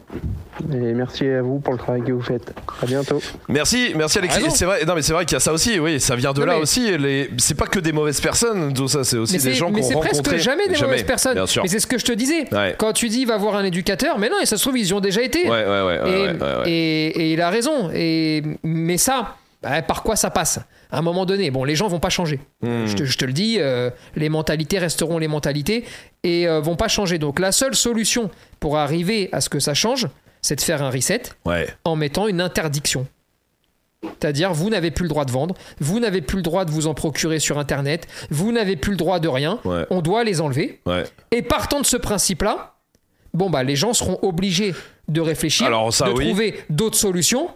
Et merci à vous pour le travail que vous faites. À bientôt.
Merci, merci Alexis.
raison.
C'est vrai, non, mais c'est vrai qu'il y a ça aussi. Oui, ça vient de
Non,
là
mais-
aussi. Les... C'est pas que des mauvaises personnes, tout ça. C'est aussi des
Mais c'est
gens
mais
qu'on
c'est presque
rencontré.
jamais des mauvaises personnes.
Bien sûr.
Mais c'est ce que je te disais.
Ouais.
Quand tu dis va voir un éducateur, mais non, et ça se trouve ils y ont déjà été.
Ouais, ouais, ouais. ouais,
et,
ouais, ouais, ouais.
et- et il a raison. Et mais ça, bah, par quoi ça passe À un moment donné, bon, les gens vont pas changer.
Hmm.
Je te, je te le dis, euh, les mentalités resteront les mentalités et euh, vont pas changer. Donc la seule solution pour arriver à ce que ça change, c'est de faire un reset
Ouais.
en mettant une interdiction. C'est-à-dire, vous n'avez plus le droit de vendre, vous n'avez plus le droit de vous en procurer sur Internet, vous n'avez plus le droit de rien,
Ouais.
on doit les enlever.
Ouais.
Et partant de ce principe-là, bon bah les gens seront obligés de réfléchir,
Alors, ça,
de
oui.
trouver d'autres solutions.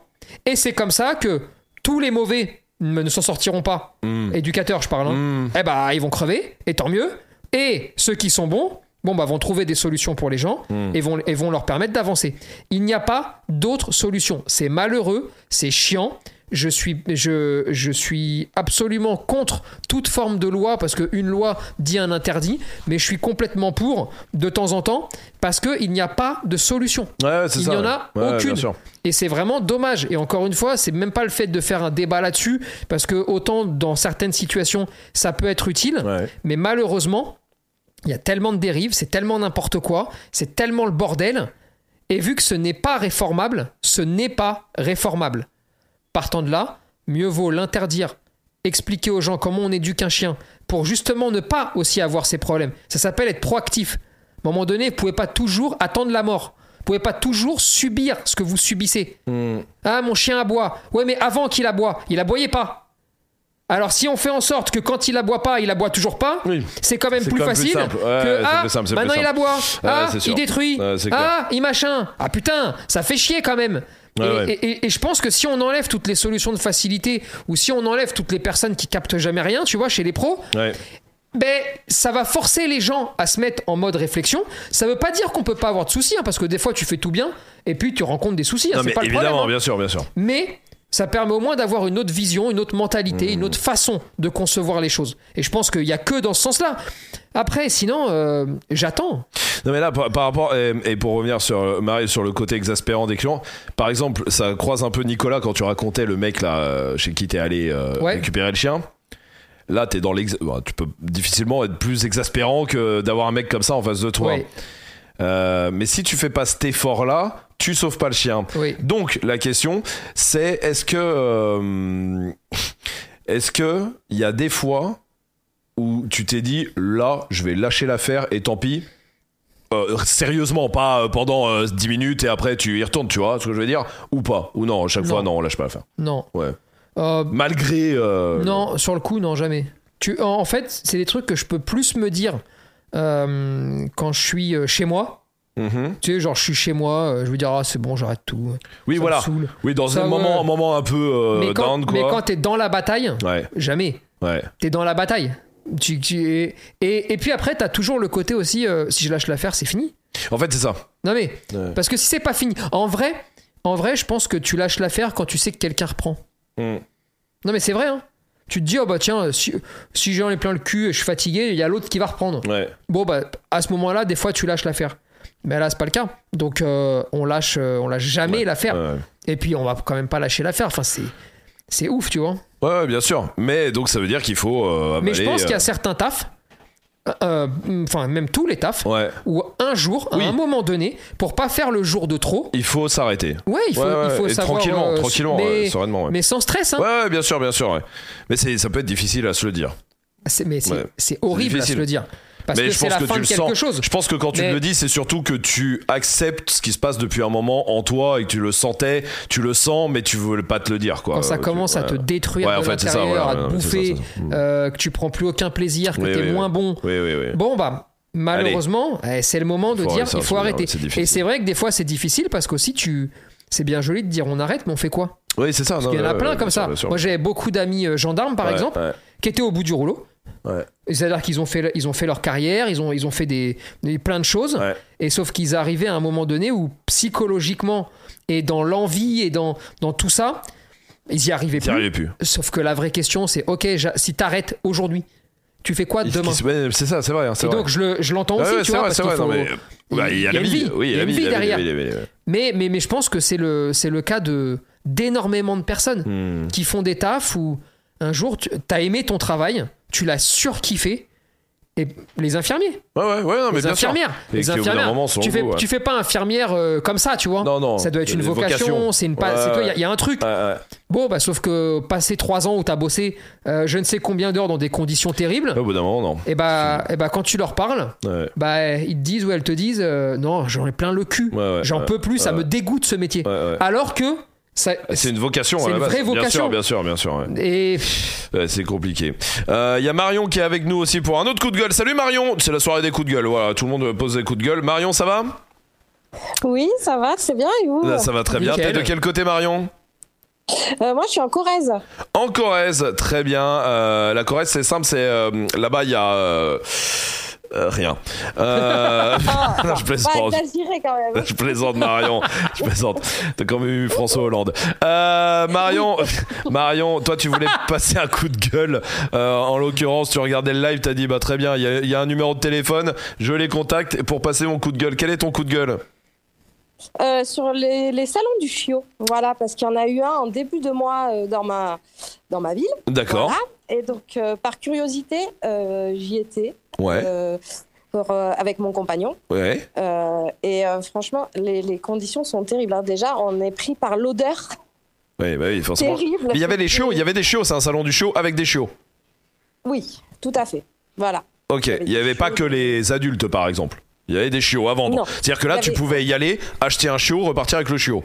Et c'est comme ça que tous les mauvais ne ne s'en sortiront pas.
Hmm.
Éducateurs, je parle. hein.
Hmm.
Eh bah ils vont crever, et tant mieux. Et ceux qui sont bons, bon bah vont trouver des solutions pour les gens
Mm.
et, vont, et vont leur permettre d'avancer. Il n'y a pas d'autre solution. C'est malheureux, c'est chiant. Je suis, je, je suis absolument contre toute forme de loi parce qu'une loi dit un interdit, mais je suis complètement pour de temps en temps parce qu'il n'y a pas de solution.
Ouais, c'est
Il
ça.
n'y en
ouais.
a
Ouais,
aucune.
bien sûr.
Et c'est vraiment dommage. Et encore une fois, c'est même pas le fait de faire un débat là-dessus parce que autant dans certaines situations ça peut être utile,
Ouais.
mais malheureusement, il y a tellement de dérives, c'est tellement n'importe quoi, c'est tellement le bordel. Et vu que ce n'est pas réformable, ce n'est pas réformable. Partant de là, mieux vaut l'interdire, expliquer aux gens comment on éduque un chien pour justement ne pas aussi avoir ces problèmes. Ça s'appelle être proactif. À un moment donné, vous pouvez pas toujours attendre la mort. Vous pouvez pas toujours subir ce que vous subissez.
Hmm.
Ah, mon chien aboie. Ouais, mais avant qu'il aboie, il aboyait pas. Alors si on fait en sorte que quand il aboie pas, il aboie toujours pas,
Oui.
c'est quand même
C'est
plus
quand même plus
facile
simple. Ouais,
que
c'est
ah,
plus simple, c'est plus
maintenant il
simple.
aboie, ah,
c'est sûr.
il détruit,
Ouais, c'est clair.
ah, il machin, ah putain, ça fait chier quand même.
Ouais,
et,
ouais.
et- et- et je pense que si on enlève toutes les solutions de facilité ou si on enlève toutes les personnes qui captent jamais rien, tu vois, chez les pros,
Ouais.
ben, ça va forcer les gens à se mettre en mode réflexion. Ça veut pas dire qu'on peut pas avoir de soucis, hein, parce que des fois tu fais tout bien et puis tu rencontres des soucis. hein,
Non,
c'est
mais
pas le problème,
évidemment,
hein.
bien sûr, bien sûr.
Mais ça permet au moins d'avoir une autre vision, une autre mentalité,
Mmh.
une autre façon de concevoir les choses. Et je pense qu'il n'y a que dans ce sens-là. Après, sinon, euh, j'attends.
Non mais là par, par rapport et, et pour revenir sur euh, Marie sur le côté exaspérant des clients, par exemple ça croise un peu Nicolas quand tu racontais le mec là euh, chez qui t'es allé euh,
Ouais.
récupérer le chien. Là, t'es dans l'ex. bah, tu peux difficilement être plus exaspérant que d'avoir un mec comme ça en face de toi.
Oui,
Euh, mais si tu fais pas cet effort-là, tu sauves pas le chien.
oui.
Donc la question, c'est est-ce que euh, est-ce que il y a des fois où tu t'es dit là, je vais lâcher l'affaire et tant pis. Euh, sérieusement, pas euh, pendant euh, 10 minutes et après tu y retournes, tu vois ce que je veux dire Ou pas Ou non, à chaque
Non.
fois, non, on lâche pas l'affaire.
Non.
Ouais.
Euh,
Malgré. euh,
non, sur le coup, non, jamais. Tu, en, en fait, c'est des trucs que je peux plus me dire euh, quand je suis euh, chez moi.
Mhm.
Tu sais, genre, je suis chez moi, euh, je veux dire, ah, c'est bon, j'arrête tout.
Oui,
Ça me
voilà.
saoule.
Oui, dans
Ça,
un,
ouais.
moment, un moment un peu euh,
mais quand,
down,
mais
quoi.
quand t'es dans la bataille,
Ouais,
jamais.
ouais.
t'es dans la bataille. Tu, tu- et, et, et puis après, t'as toujours le côté aussi, euh, si je lâche l'affaire, c'est fini.
En fait, c'est ça.
Non mais,
Ouais.
parce que si c'est pas fini, en vrai, en vrai, je pense que tu lâches l'affaire quand tu sais que quelqu'un reprend.
Mm.
Non mais c'est vrai, hein. Tu te dis, oh bah tiens, si, si j'en ai plein le cul et je suis fatigué, il y a l'autre qui va reprendre.
Ouais.
Bon bah, à ce moment-là, des fois, tu lâches l'affaire. Mais là, c'est pas le cas. Donc, euh, on lâche, euh, on lâche jamais
Ouais.
l'affaire.
ouais.
Et puis, on va quand même pas lâcher l'affaire. Enfin, c'est, c'est ouf, tu vois.
Ouais, ouais, bien sûr. Mais donc ça veut dire qu'il faut. euh,
Mais je
avaler,
pense qu'il y
euh,
a certains tafs, euh, euh, enfin même tous les tafs,
euh, Ouais.
où un jour, à
Oui.
un moment donné, pour pas faire le jour de trop,
Il faut s'arrêter.
ouais, il faut,
Ouais, ouais,
il faut
et
savoir.
Tranquillement,
euh,
tranquillement,
mais,
ouais, sereinement. Ouais.
mais sans stress, hein.
Ouais, ouais, bien sûr, bien sûr. ouais. Mais c'est, ça peut être difficile à se le dire.
C'est- Mais c'est
Ouais.
c'est horrible à se
difficile.
le dire. Parce
mais
que
je
c'est
pense
la
que
fin
tu
de
le
quelque
sens.
chose.
Je pense que quand tu
Mais-
le dis, c'est surtout que tu acceptes ce qui se passe depuis un moment en toi et que tu le sentais, tu le sens, mais tu veux pas te le dire, quoi.
Quand ça
Tu-
commence à
ouais.
te détruire
Ouais, en
de
fait, c'est ça,
l'intérieur,
ouais,
à te
ouais, c'est ça,
bouffer,
c'est ça. Mm.
euh, que tu prends plus aucun plaisir, que
Oui,
t'es
oui,
moins
oui.
bon.
Oui, oui, oui.
Bon bah malheureusement, eh, c'est le moment de
Faut
dire
arrêter,
il faut
ouais,
arrêter.
c'est difficile.
Et c'est vrai que des fois c'est difficile parce qu'aussi tu, c'est bien joli de dire on arrête, mais on fait quoi
Oui, c'est ça. non,
Parce qu'il y en a
ouais,
plein
ouais,
comme
bien sûr,
ça.
bien sûr.
Moi, j'avais beaucoup d'amis euh, gendarmes, par
Ouais,
exemple,
ouais.
qui étaient au bout du rouleau.
Ouais.
C'est-à-dire qu'ils ont fait, ils ont fait leur carrière, ils ont, ils ont fait des, des- plein de choses.
Ouais.
Et sauf qu'ils arrivaient à un moment donné où psychologiquement et dans l'envie et dans, dans tout ça, ils y arrivaient
T'y
plus.
arrivais plus.
Sauf que la vraie question, c'est ok, j'a- si t'arrêtes aujourd'hui, tu fais quoi
Il-
demain
il- ouais, C'est ça, c'est vrai. hein, C'est
Et
vrai.
donc, je le- je l'entends
Ouais,
aussi,
ouais,
tu
c'est
vois,
vrai,
parce
c'est
qu'il
vrai, non,
faut-
mais- Ouais, il y a la
une
vie.
vie.
Oui, il y a la
une
vie.
vie
la
derrière.
la vie, la vie.
Mais, mais, mais je pense que c'est le, c'est le cas de d'énormément de personnes.
Hmm.
qui font des tafs où un jour tu as aimé ton travail, tu l'as surkiffé. Et les infirmiers,
Ouais, ouais, ouais, non, mais
les
bien sûr.
infirmières,
Et
les
qui, au bout d'un
infirmières.
moment, sont
tu
au
fais,
bout, ouais.
tu fais pas infirmière euh, comme ça, tu vois.
Non, non.
Ça doit être une
Des
vocation,
vocations.
c'est une pa-
Ouais,
c'est toi, il y a-
ouais.
il y, a un truc.
Ouais, ouais.
Bon, bah sauf que passer trois ans où t'as bossé, euh, je ne sais combien d'heures dans des conditions terribles.
Au bout d'un moment, non.
Et bah, et bah quand tu leur parles,
Ouais,
bah ils te disent ou elles te disent, euh, non, j'en ai plein le cul,
ouais, ouais,
j'en
ouais.
peux plus, ça
ouais.
me dégoûte ce métier.
Ouais, ouais.
Alors que ça,
C'est une vocation,
Ah, C'est
à la
une
base.
vraie vocation.
Bien sûr, bien sûr, bien sûr. ouais.
et
Ouais, c'est compliqué. Euh, Il y a Marion qui est avec nous aussi pour un autre coup de gueule. Salut Marion C'est la soirée des coups de gueule. Voilà, tout le monde pose des coups de gueule. Marion, ça va
Oui, ça va, c'est bien. Et vous
Là, Ça va très bien.
Oh, Nickel.
T'es de quel côté, Marion
Euh, Moi, je suis en Corrèze.
En Corrèze, très bien. Euh, la Corrèze, c'est simple, c'est euh, là-bas, il y a euh, euh, rien. Euh,
Ah.
non, [laughs] je
Pas
plaisante.
exagéré quand
[laughs]
même. hein.
Je plaisante Marion, je plaisante. T'as quand même eu François Hollande. Euh, Marion, [laughs] Marion, toi tu voulais [laughs] passer un coup de gueule. Euh, en l'occurrence, tu regardais le live, t'as dit bah très bien, il y, a- il y a un numéro de téléphone, je les contacte pour passer mon coup de gueule. Quel est ton coup de gueule
Euh, sur les, les salons du chiot, voilà, parce qu'il y en a eu un en début de mois euh, dans, ma, dans ma ville.
D'accord.
Voilà. Et donc, euh, par curiosité, euh, j'y étais
Ouais,
euh, pour, euh, avec mon compagnon.
ouais.
Euh, et euh, franchement, les, les conditions sont terribles. hein. Déjà, on est pris par l'odeur
Oui, bah oui, forcément.
terrible.
Mais il y avait des chiots, il y avait des chiots, c'est un salon du chiot avec des chiots.
Oui, tout à fait. Voilà.
Ok,
avait
il n'y
des
avait pas
chiots.
que les adultes par exemple. Il y avait des chiots à vendre.
Non.
C'est-à-dire que là,
Il y
tu
avait-
pouvais y aller, acheter un chiot, repartir avec le chiot.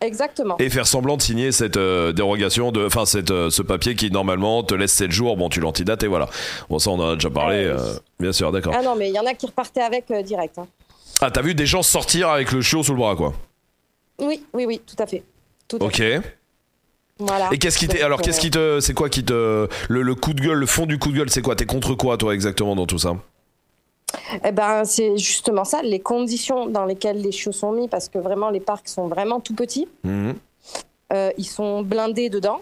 Exactement.
Et faire semblant de signer cette euh, dérogation, de, enfin cette, euh, ce papier qui normalement te laisse 7 jours, bon tu l'antidates et voilà. Bon ça on en a déjà parlé,
Ah oui.
euh, bien sûr, d'accord.
Ah non, mais il y en a qui repartaient avec euh, direct. hein.
Ah t'as vu des gens sortir avec le chiot sous le bras quoi.
Oui, oui, oui, tout à fait. Tout à
Ok.
fait. Voilà.
Et qu'est-ce qui t'est,
Donc,
alors
euh,
qu'est-ce qui te, c'est quoi qui te, le, le coup de gueule, le fond du coup de gueule, c'est quoi T'es contre quoi toi exactement dans tout ça
Eh ben, c'est justement ça, les conditions dans lesquelles les chiots sont mis, parce que vraiment, les parcs sont vraiment tout petits.
Mhm.
Euh, ils sont blindés dedans.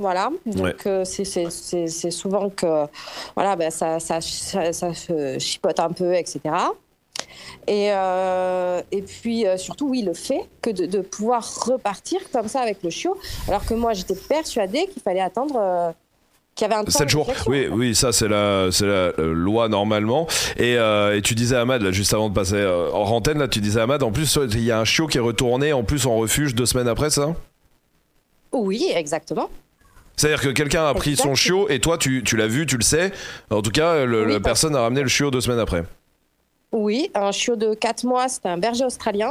Voilà. Donc,
Ouais.
euh, c'est- c'est c'est- c'est souvent que voilà, ben, ça, ça, ça, ça se chipote un peu, etc. Et, euh, et puis, euh, surtout, oui, le fait que de, de pouvoir repartir comme ça avec le chiot, alors que moi, j'étais persuadée qu'il fallait attendre euh,
qui avait un temps
7 jours.
d'application.
Oui, oui, ça c'est la, c'est la euh, loi normalement. Et, euh, et tu disais à Ahmad, là, juste avant de passer euh, en antenne, là, tu disais à Ahmad, en plus, il y a un chiot qui est retourné en plus en refuge deux semaines après, ça
Oui, exactement.
C'est-à-dire que quelqu'un a pris son
Exactement.
chiot et toi, tu, tu l'as vu, tu le sais. En tout cas, le-
Oui,
la
parce-
personne a ramené le chiot deux semaines après.
Oui, un chiot de 4 mois, c'était un berger australien,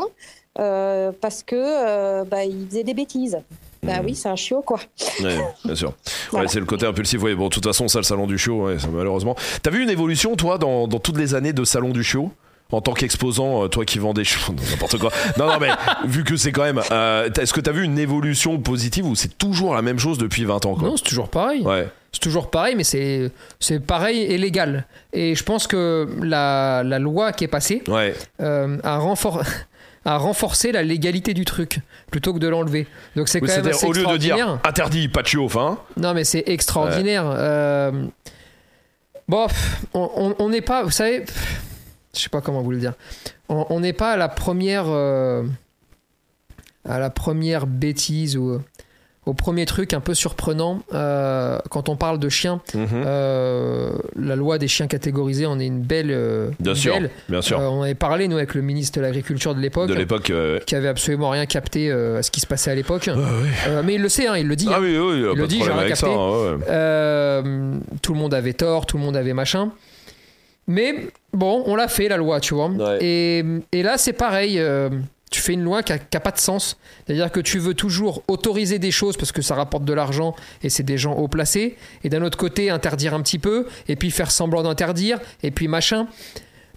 euh, parce que euh, bah, il faisait des bêtises. Bah
Hmm.
oui, c'est un chiot, quoi.
Ouais, bien sûr.
Voilà.
Ouais, c'est le côté impulsif. Oui, bon, de toute façon, ça, le salon du chiot, ouais, ça, malheureusement. T'as vu une évolution, toi, dans, dans toutes les années de salon du chiot en tant qu'exposant, euh, toi qui vends des chiots, [laughs] non, n'importe quoi. Non,
[laughs]
non, mais vu que c'est quand même. euh, t'as- Est-ce que t'as vu une évolution positive ou c'est toujours la même chose depuis 20 ans, quoi
Non, c'est toujours pareil.
Ouais.
C'est toujours pareil, mais c'est c'est pareil et légal. Et je pense que la, la loi qui est passée
Ouais.
euh, a, renfor- [laughs] a renforcé la légalité du truc plutôt que de l'enlever. Donc c'est
Oui,
quand même
C'est-à-dire,
assez
au lieu de
extraordinaire.
dire interdit, pas de chiot, enfin. hein?
Non, mais c'est extraordinaire. Euh, Bon, pff, on- on on n'est pas, vous savez, pff, je sais pas comment vous le dire. On on n'est pas à la première, euh, à la première bêtise ou euh, au premier truc un peu surprenant euh, quand on parle de chiens.
Mhm.
Euh, la loi des chiens catégorisés, on est une belle. euh,
Bien
une
sûr,
belle.
bien sûr.
Euh, on avait parlé nous avec le ministre de l'agriculture de l'époque,
de l'époque. euh,
qui avait absolument rien capté euh, à ce qui se passait
[laughs]
à l'époque. Euh, mais il le sait, hein, il le dit. hein.
Ah oui, oui, il a
le
pas de
dit,
problème
j'ai
avec ça.
capté.
hein, ouais.
Euh, tout le monde avait tort, tout le monde avait machin. Mais bon, on l'a fait la loi, tu vois.
Ouais.
Et, et là, c'est pareil. euh, tu fais une loi qui a, qui a pas de sens. C'est-à-dire que tu veux toujours autoriser des choses parce que ça rapporte de l'argent et c'est des gens haut placés. Et d'un autre côté, interdire un petit peu et puis faire semblant d'interdire et puis machin.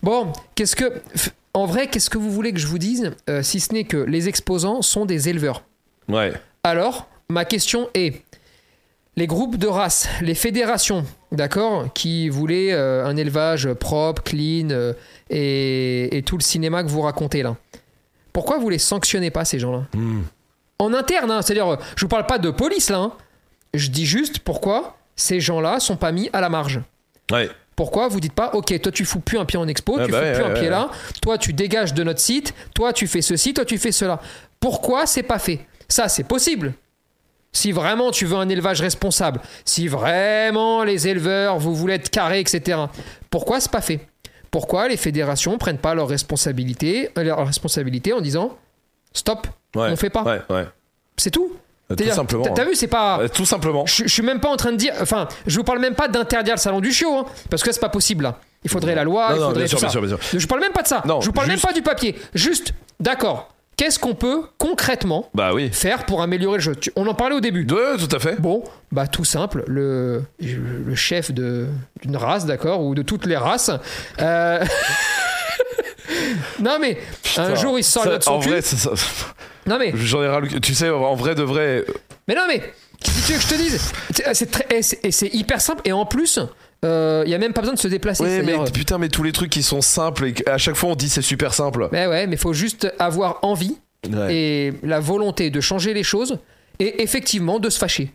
Bon, qu'est-ce que. f- En vrai, qu'est-ce que vous voulez que je vous dise euh, si ce n'est que les exposants sont des éleveurs
Ouais.
alors, ma question est les groupes de races, les fédérations, d'accord, qui voulaient euh, un élevage propre, clean euh, et, et tout le cinéma que vous racontez là. Pourquoi vous les sanctionnez pas ces gens-là En interne, hein, c'est-à-dire, euh, je vous parle pas de police là. hein. Je dis juste pourquoi ces gens-là sont pas mis à la marge.
Ouais.
Pourquoi vous dites pas, ok, toi tu fous plus un pied en expo,
Ah
tu
bah
fous
ouais,
plus
ouais,
un pied
ouais.
là, toi tu dégages de notre site, toi tu fais ceci, toi tu fais cela. Pourquoi c'est pas fait Ça c'est possible. Si vraiment tu veux un élevage responsable, si vraiment les éleveurs vous voulez être carrés, etc. Pourquoi c'est pas fait Pourquoi les fédérations prennent pas leurs responsabilités, euh, leurs responsabilités en disant stop,
Ouais.
on fait pas.
Ouais, ouais.
c'est tout.
Euh, Tout
C'est-à-dire,
simplement. hein.
t'as- T'as vu, c'est pas.
Ouais, Tout simplement.
Je, je suis même pas en train de dire. Enfin, je vous parle même pas d'interdire le salon du chiot, hein, parce que là, c'est pas possible là. Il faudrait la loi,
Non,
il
non,
faudrait
bien sûr,
tout
bien
ça.
sûr, bien sûr.
Je vous parle même pas de ça.
Non,
je vous parle
juste-
même pas du papier. Juste, d'accord. Qu'est-ce qu'on peut concrètement
Bah oui.
faire pour améliorer le jeu Tu- On en parlait au début.
Ouais, tout à fait.
Bon, bah tout simple, le, le chef de- d'une race, d'accord, ou de toutes les races. euh, [laughs] non mais, un jour il sort
Ça,
le de son
en
cul.
vrai, ça- ça-
Non mais,
j'en ai ras le cul. Tu sais, en vrai de vrai.
Mais non, mais qu'est-ce que tu veux que je te dise C'est- C'est très- et c'est- et c'est hyper simple et en plus, il n'y a même pas besoin de se déplacer.
Ouais, mais
c'est-à-dire- euh,
putain, mais tous les trucs qui sont simples et que- à chaque fois on dit c'est super simple.
mais ouais, mais faut juste avoir envie
Ouais.
et la volonté de changer les choses et effectivement de se fâcher.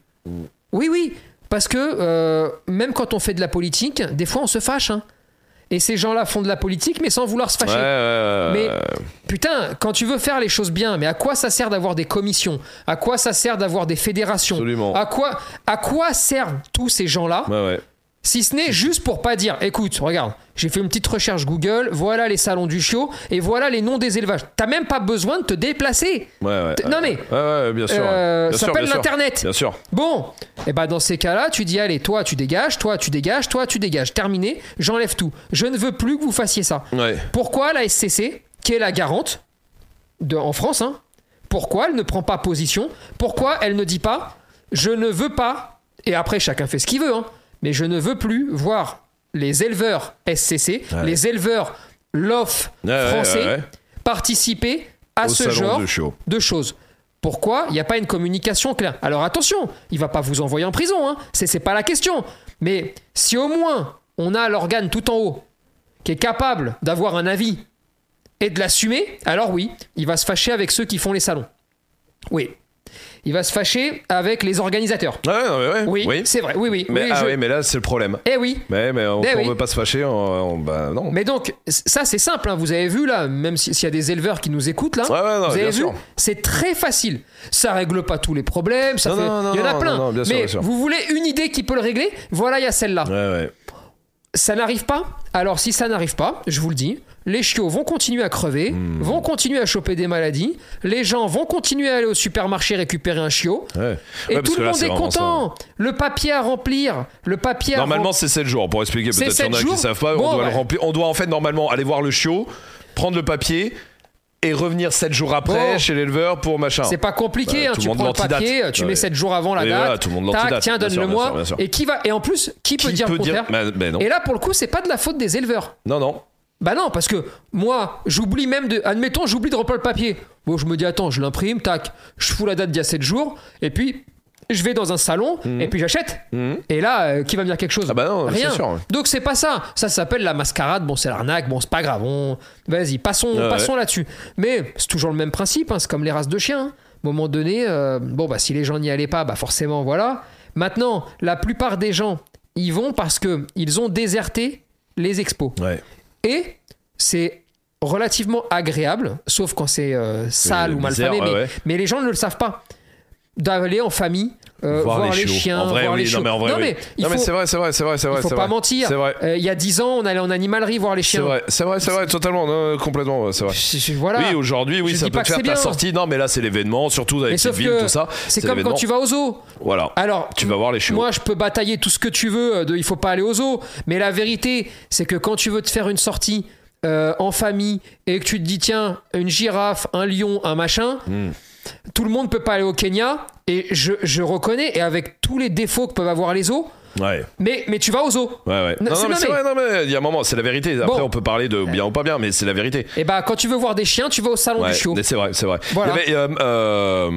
Oui, oui, parce que euh, même quand on fait de la politique, des fois on se fâche. hein. Et ces gens-là font de la politique mais sans vouloir se
Ouais,
fâcher.
ouais, ouais,
Mais
ouais.
putain, quand tu veux faire les choses bien, mais à quoi ça sert d'avoir des commissions À quoi ça sert d'avoir des fédérations
Absolument.
À quoi, à quoi servent tous ces gens-là
Ouais, ouais.
Si ce n'est juste pour pas dire, écoute, regarde, j'ai fait une petite recherche Google, voilà les salons du chiot et voilà les noms des élevages. T'as même pas besoin de te déplacer.
Ouais, ouais,
T-
ouais.
non, mais,
Ouais, ouais, Euh, bien sûr.
Euh,
ouais. bien
ça
sûr,
s'appelle
bien sûr.
l'Internet.
Bien sûr.
Bon, et ben dans ces cas-là, tu dis, allez, toi tu dégages, toi tu dégages, toi tu dégages. Terminé, j'enlève tout. Je ne veux plus que vous fassiez ça.
Ouais.
Pourquoi la SCC, qui est la garante de, en France, hein, pourquoi elle ne prend pas position Pourquoi elle ne dit pas je ne veux pas Et après, chacun fait ce qu'il veut, hein, mais je ne veux plus voir les éleveurs SCC,
Ouais.
les éleveurs LOF
Ouais, ouais,
français
ouais, ouais.
participer à
Au
ce
salon
genre
de show.
de choses. Pourquoi il n'y a pas une communication claire Alors attention, il va pas vous envoyer en prison, hein. c'est c'est pas la question. Mais si au moins on a l'organe tout en haut qui est capable d'avoir un avis et de l'assumer, alors oui, il va se fâcher avec ceux qui font les salons. Oui. il va se fâcher avec les organisateurs.
Ah, non, mais ouais,
Oui,
oui.
c'est vrai. Oui, oui.
Mais,
oui,
ah
je-
oui, mais là, c'est le problème.
Eh oui.
Mais, mais on
Eh
ne
oui.
veut pas se fâcher, on, on- bah non.
Mais donc, ça, c'est simple. hein. Vous avez vu là, même si- s'il y a des éleveurs qui nous écoutent là,
Ouais, ouais, non,
hein, vous avez
Ah, bien
vu,
sûr.
c'est très facile. Ça règle pas tous les problèmes. Ça
Non,
fait-
non, non,
il y en a
non,
plein.
non, non, bien sûr,
mais
bien sûr.
vous voulez une idée qui peut le régler Voilà, il y a celle-là.
Ouais, ouais.
Ça n'arrive pas Alors si ça n'arrive pas, je vous le dis, les chiots vont continuer à crever,
Hmm.
vont continuer à choper des maladies, les gens vont continuer à aller au supermarché récupérer un chiot,
ouais. Ouais,
et
parce
tout
que
le
là,
monde
c'est
est
vraiment ça.
content. Le papier à remplir, le papier à
Normalement, c'est 7 jours. Pour expliquer,
C'est
peut-être qu'il y en
sept
a qui
jours.
ne savent pas.
Bon,
on, doit
ouais.
le remplir. on doit en fait, normalement, aller voir le chiot, prendre le papier et revenir 7 jours après
Bon.
chez l'éleveur pour machin.
C'est pas compliqué,
Bah,
hein,
tout
tu
le monde
prends le
l'antidate.
papier, tu
Ouais.
mets 7 jours avant la
Et
date.
voilà, tout le monde
tac,
l'antidate,
tiens,
bien sûr, bien
donne-le-moi.
sûr, bien sûr.
Et qui va Et en plus, qui peut
Qui
dire le
peut dire
contraire
mais, mais non.
Et là, pour le coup, c'est pas de la faute des éleveurs.
non, non.
Bah non, parce que moi, j'oublie même de. Admettons, j'oublie de remplir le papier. Bon, je me dis, attends, je l'imprime, tac, je fous la date d'il y a 7 jours, et puis je vais dans un salon, et puis j'achète.
Mhm.
Et là, euh, qui va me dire quelque chose
Ah bah non, c'est
Rien.
sûr.
Donc c'est pas ça. Ça s'appelle la mascarade, bon, c'est l'arnaque, bon, c'est pas grave, on... vas-y, passons,
Ouais,
passons là-dessus. Mais c'est toujours le même principe, hein, c'est comme les races de chiens. hein. À un moment donné, euh, bon, bah si les gens n'y allaient pas, bah forcément, voilà. Maintenant, la plupart des gens y vont parce que ils ont déserté les expos.
Ouais.
Et c'est relativement agréable, sauf quand c'est euh, sale
Euh,
ou mal
misère,
famé, mais,
ouais, ouais.
mais les gens ne le savent pas. D'aller en famille, euh, voir, les,
chiots.
chiens,
En vrai,
voir
oui.
les chiots.
Non, mais en vrai, oui.
il
Non, mais
faut,
c'est vrai, c'est vrai, c'est vrai, c'est
il
vrai.
faut
c'est
pas
vrai.
mentir.
C'est vrai.
Euh, il y a 10 ans, on allait en animalerie voir les
C'est
chiens.
vrai, c'est vrai, c'est vrai, totalement, non, complètement, ouais, c'est vrai.
Je- je- Voilà.
Oui, aujourd'hui, oui,
Je
ça
dis
peut
pas
te
que
faire
c'est
ta
bien.
sortie. Non, mais là, c'est l'événement, surtout
Mais
avec les
sauf
villes,
que
tout ça.
c'est comme quand
l'événement.
tu vas au zoo.
Voilà.
Alors,
Tu vas voir les chiots.
Moi, je peux batailler tout ce que tu veux, euh, de, il faut pas aller aux zoo. Mais la vérité, c'est que quand tu veux te faire une sortie euh, en famille et que tu te dis, tiens, une girafe, un lion, un machin,
Mm.
tout le monde peut pas aller au Kenya. Et je, je reconnais, et avec tous les défauts que peuvent avoir les zoos,
Ouais.
mais, mais tu vas aux zoo.
Ouais, ouais.
Non,
Non,
c'est-
non, mais
non,
c'est
mais-
vrai, non, mais il y a un moment, c'est la vérité. Après,
Bon.
on peut parler de bien ou pas bien, mais c'est la vérité.
Et bah, quand tu veux voir des chiens, tu vas au salon
Ouais,
du chiot.
mais c'est vrai, c'est vrai.
Voilà.
Il y avait, euh, euh,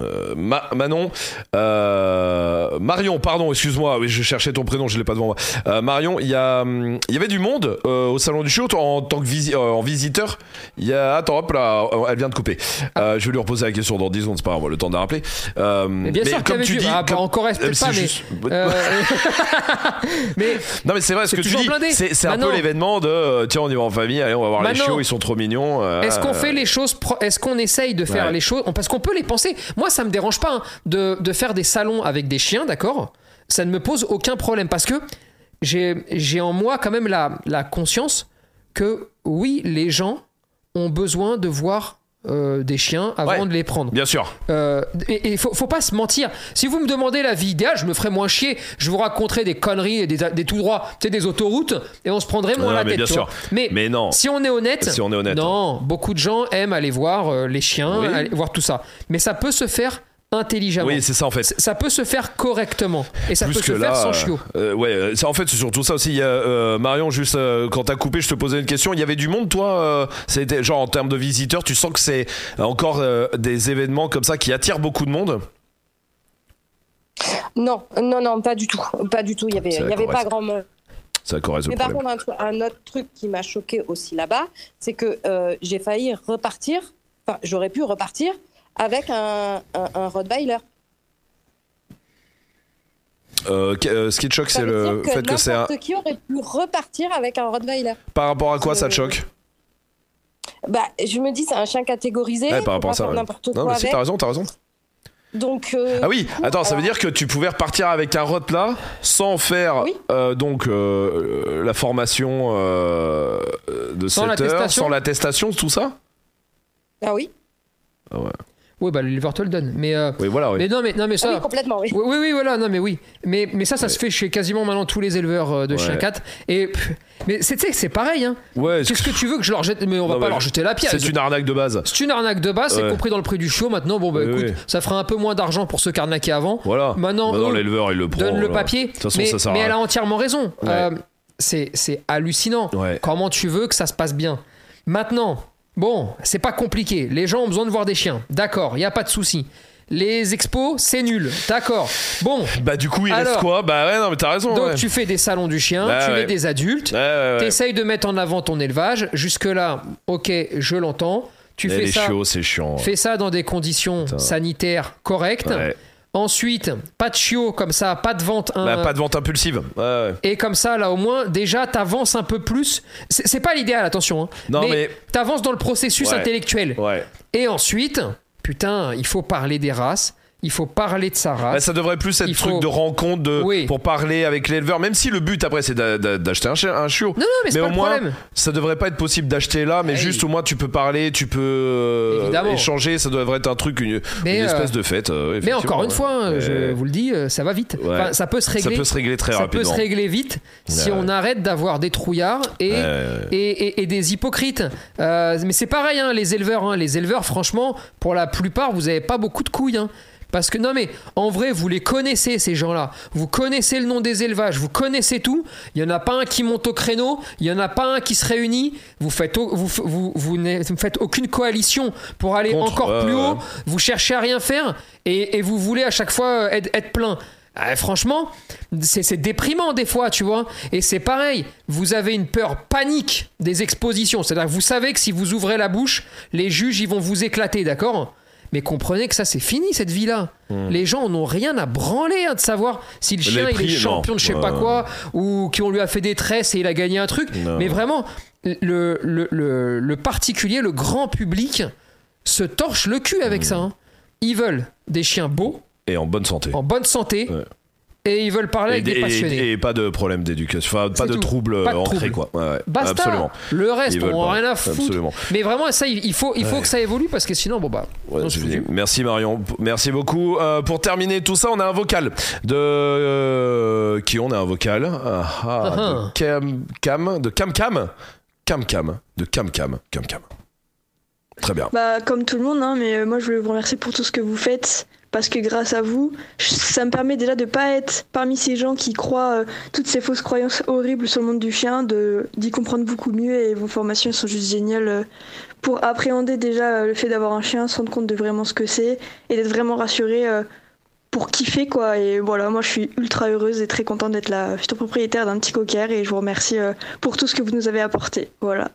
euh, Ma- Manon, euh, Marion, pardon, excuse-moi, oui, je cherchais ton prénom, je l'ai pas devant moi. Euh, Marion, il y, a, hum, il y avait du monde euh, au salon du show toi, en tant que visi- euh, en visiteur. Il y a, attends, hop là, euh, elle vient de couper.
Ah.
Euh, je vais lui reposer la question dans 10 secondes, c'est pas grave, le temps de la rappeler. Euh,
Mais bien sûr qu'il y
comme
avait
tu
du-
dis,
ah, bah,
comme-
en Corrèze,
Euh,
peut-être
c'est
pas, mais-
juste-
Euh, [laughs] mais
Non mais c'est vrai ce
c'est
que tu
toujours
dis.
blindé.
C'est c'est un
Manon.
peu l'événement de euh, tiens on y va en famille, allez on va voir les
Manon.
shows, ils sont trop mignons. euh,
Est-ce qu'on
euh,
fait les choses, pro- est-ce qu'on essaye de faire
Ouais.
les choses, parce qu'on peut les penser. Moi, ça me dérange pas hein, de, de faire des salons avec des chiens, d'accord Ça ne me pose aucun problème parce que j'ai j'ai en moi quand même la, la conscience que oui, les gens ont besoin de voir euh, des chiens avant
Ouais.
de les prendre.
Bien sûr.
Euh, et il faut, faut pas se mentir. Si vous me demandez la vie idéale, je me ferais moins chier. Je vous raconterais des conneries et des, des tout droits, tu sais, des autoroutes, et on se prendrait moins
Non,
la
mais
tête.
bien
tu
sûr.
vois. Mais,
Mais non.
si on est honnête,
Oh. Si on est honnête.
non, beaucoup de gens aiment aller voir euh, les chiens,
Oui.
aller voir tout ça. Mais ça peut se faire intelligemment.
Oui c'est ça en fait.
C- ça peut se faire correctement. Et ça
Plus
peut
que
se
là,
faire sans
euh,
chiot.
euh, ouais, euh, ça, en fait, c'est surtout ça aussi. Il y a, euh, Marion, juste euh, quand t'as coupé, je te posais une question. Il y avait du monde, toi euh, c'était, Genre, en termes de visiteurs, tu sens que c'est encore euh, des événements comme ça qui attirent beaucoup de monde
Non, non, non, pas du tout. Pas du tout. Il n'y avait,
C'est la
il y avait
Corrèze.
pas grand monde.
Ça correspond
Mais
le
par
problème.
contre, un, tru- un autre truc qui m'a choqué aussi là-bas, c'est que euh, j'ai failli repartir, enfin, j'aurais pu repartir avec un, un, un Rottweiler.
Euh, qu- euh, ce qui te choque,
Ça
c'est
veut
le
dire
fait que c'est un-
n'importe qui aurait pu repartir avec un Rottweiler.
Par rapport à quoi ça te
c'est-
choque
Bah, je me dis, c'est un chien catégorisé.
Ouais, par
faut
rapport à
pas
ça.
faire
ouais.
n'importe
Non,
quoi
mais si,
avec.
t'as raison, t'as raison.
Donc, euh,
Ah oui,
du coup,
attends, ça veut
alors,
dire que tu pouvais repartir avec un rot là sans faire
Oui.
euh, donc euh, la formation euh, de 7
Sans
heures,
l'attestation.
sans l'attestation, tout ça
Ah oui,
Oui, bah, l'éleveur te le donne. Mais, euh,
Oui, voilà, oui.
mais non, mais, non, mais
Ah
ça.
oui, complètement, oui.
Oui, oui, oui, voilà, non, mais oui. Mais, mais ça, ça se fait chez quasiment maintenant tous les éleveurs euh, de
Ouais.
chiens 4. Et, pff, mais c'est tu sais que c'est pareil. Hein.
Ouais,
Qu'est-ce que tu veux que je leur jette Mais on va
Non,
pas
mais
leur jeter la pierre.
c'est une arnaque de base.
C'est une arnaque de base, c'est
Ouais.
compris dans le prix du show. Maintenant, bon, bah
Oui,
écoute,
oui.
ça fera un peu moins d'argent pour ceux qu'arnaquer avant.
Voilà. Bah
Maintenant, eux,
l'éleveur, il le prend.
Bah Donne le
voilà.
papier.
euh, toute façon,
mais,
ça sert à
mais elle
rien.
a entièrement raison.
Ouais.
Euh, c'est c'est hallucinant.
Ouais.
Comment tu veux que ça se passe bien Maintenant, bon, c'est pas compliqué. Les gens ont besoin de voir des chiens. D'accord, il y a pas de souci. Les expos, c'est nul. D'accord. Bon,
Bah, du coup, il reste
Alors.
quoi Bah, ouais, non, mais t'as raison. [laughs]
donc
ouais.
tu fais des salons du chien,
Bah
tu
ouais.
mets des adultes,
Ouais, ouais, ouais.
t'essayes de mettre en avant ton élevage. Jusque-là, ok, je l'entends. Tu
Eh,
fais
les
ça,
chiots, c'est chiant.
fais ça dans des conditions
Putain.
sanitaires correctes.
Ouais.
Ensuite, pas de chiot comme ça, pas de vente. hein.
Bah, pas de vente impulsive. Ouais, ouais.
Et comme ça, là, au moins, déjà, t'avances un peu plus. C'est c'est pas l'idéal, attention. hein.
Non,
mais,
mais-
t'avances dans le processus
Ouais.
intellectuel.
Ouais.
Et ensuite, putain, il faut parler des races. Il faut parler de sa race.
Ouais, ça devrait plus être
Ah, il
truc
faut-
de rencontre de,
Oui.
pour parler avec l'éleveur, même si le but après c'est d'a- d'a- d'acheter un, chien- un chiot.
Non, non, mais c'est
mais
pas
au
le
moins,
problème.
ça devrait pas être possible d'acheter là, mais
Hey.
juste au moins tu peux parler, tu peux euh,
Évidemment.
échanger, ça devrait être un truc, une,
Mais,
une
euh,
espèce de fête. euh,
Mais
effectivement,
encore une
ouais.
fois, hein, je
Mais-
vous le dis, euh, ça va vite.
Ouais.
Enfin, ça peut se
ça
régler.
peut se régler très
ça peut
rapidement.
se régler vite si
Ouais,
on arrête d'avoir des trouillards et,
Ouais.
et, et- et des hypocrites. Euh, mais c'est pareil, hein, les éleveurs. hein. les éleveurs, franchement, pour la plupart, vous n'avez pas beaucoup de couilles. hein. Parce que non mais en vrai vous les connaissez ces gens-là, vous connaissez le nom des élevages, vous connaissez tout. Il y en a pas un qui monte au créneau, il y en a pas un qui se réunit. Vous faites au- vous f- vous vous ne vous faites aucune coalition pour aller
Contre,
encore
ouais,
plus
ouais.
haut. Vous cherchez à rien faire et, et vous voulez à chaque fois euh, être, être plein. Ah, franchement, c'est c'est déprimant des fois, tu vois. Et c'est pareil, vous avez une peur panique des expositions. C'est-à-dire que vous savez que si vous ouvrez la bouche, les juges, ils vont vous éclater, d'accord Mais comprenez que ça, c'est fini, cette vie-là. Les gens n'ont rien à branler hein, de savoir si le
Hmm. Les
chien,
prix,
il est
non.
champion de je sais pas
Ouais.
quoi, ou qu'on lui a fait des tresses et il a gagné un truc.
Non.
Mais vraiment, le, le, le- le particulier, le grand public, se torche le cul avec ça. hein. Ils veulent des chiens beaux,
Et en bonne santé.
en bonne santé,
Ouais.
et ils veulent parler
Et,
avec des
et-
passionnés.
et pas de problème d'éducation, enfin,
C'est
pas de
tout.
troubles
Pas de
ancrés
troubles.
quoi. Ouais, ouais.
Basta.
Absolument.
Le reste,
Ils
on
veulent
n'en a
pas.
rien à foutre.
Absolument.
Mais vraiment, ça, il il faut, il faut
Ouais.
que ça évolue parce que sinon, bon bah,
Ouais,
on se
c'est
fout
fini.
du-
Merci Marion, P- merci beaucoup. Euh, pour terminer tout ça, on a un vocal de euh, qui on a un vocal Ah, ah,
Ah,
de
ah.
Cam Cam de Cam Cam Cam Cam de Cam Cam Cam Cam. Très bien.
Bah, comme tout le monde, hein, mais euh, moi je voulais vous remercier pour tout ce que vous faites, parce que grâce à vous, je- ça me permet déjà de pas être parmi ces gens qui croient euh, toutes ces fausses croyances horribles sur le monde du chien, de d'y comprendre beaucoup mieux, et vos formations sont juste géniales euh, pour appréhender déjà euh, le fait d'avoir un chien, se rendre compte de vraiment ce que c'est, et d'être vraiment rassuré euh, pour kiffer, quoi. Et voilà, moi je suis ultra heureuse et très contente d'être la future propriétaire d'un petit cocker, et je vous remercie euh, pour tout ce que vous nous avez apporté. Voilà.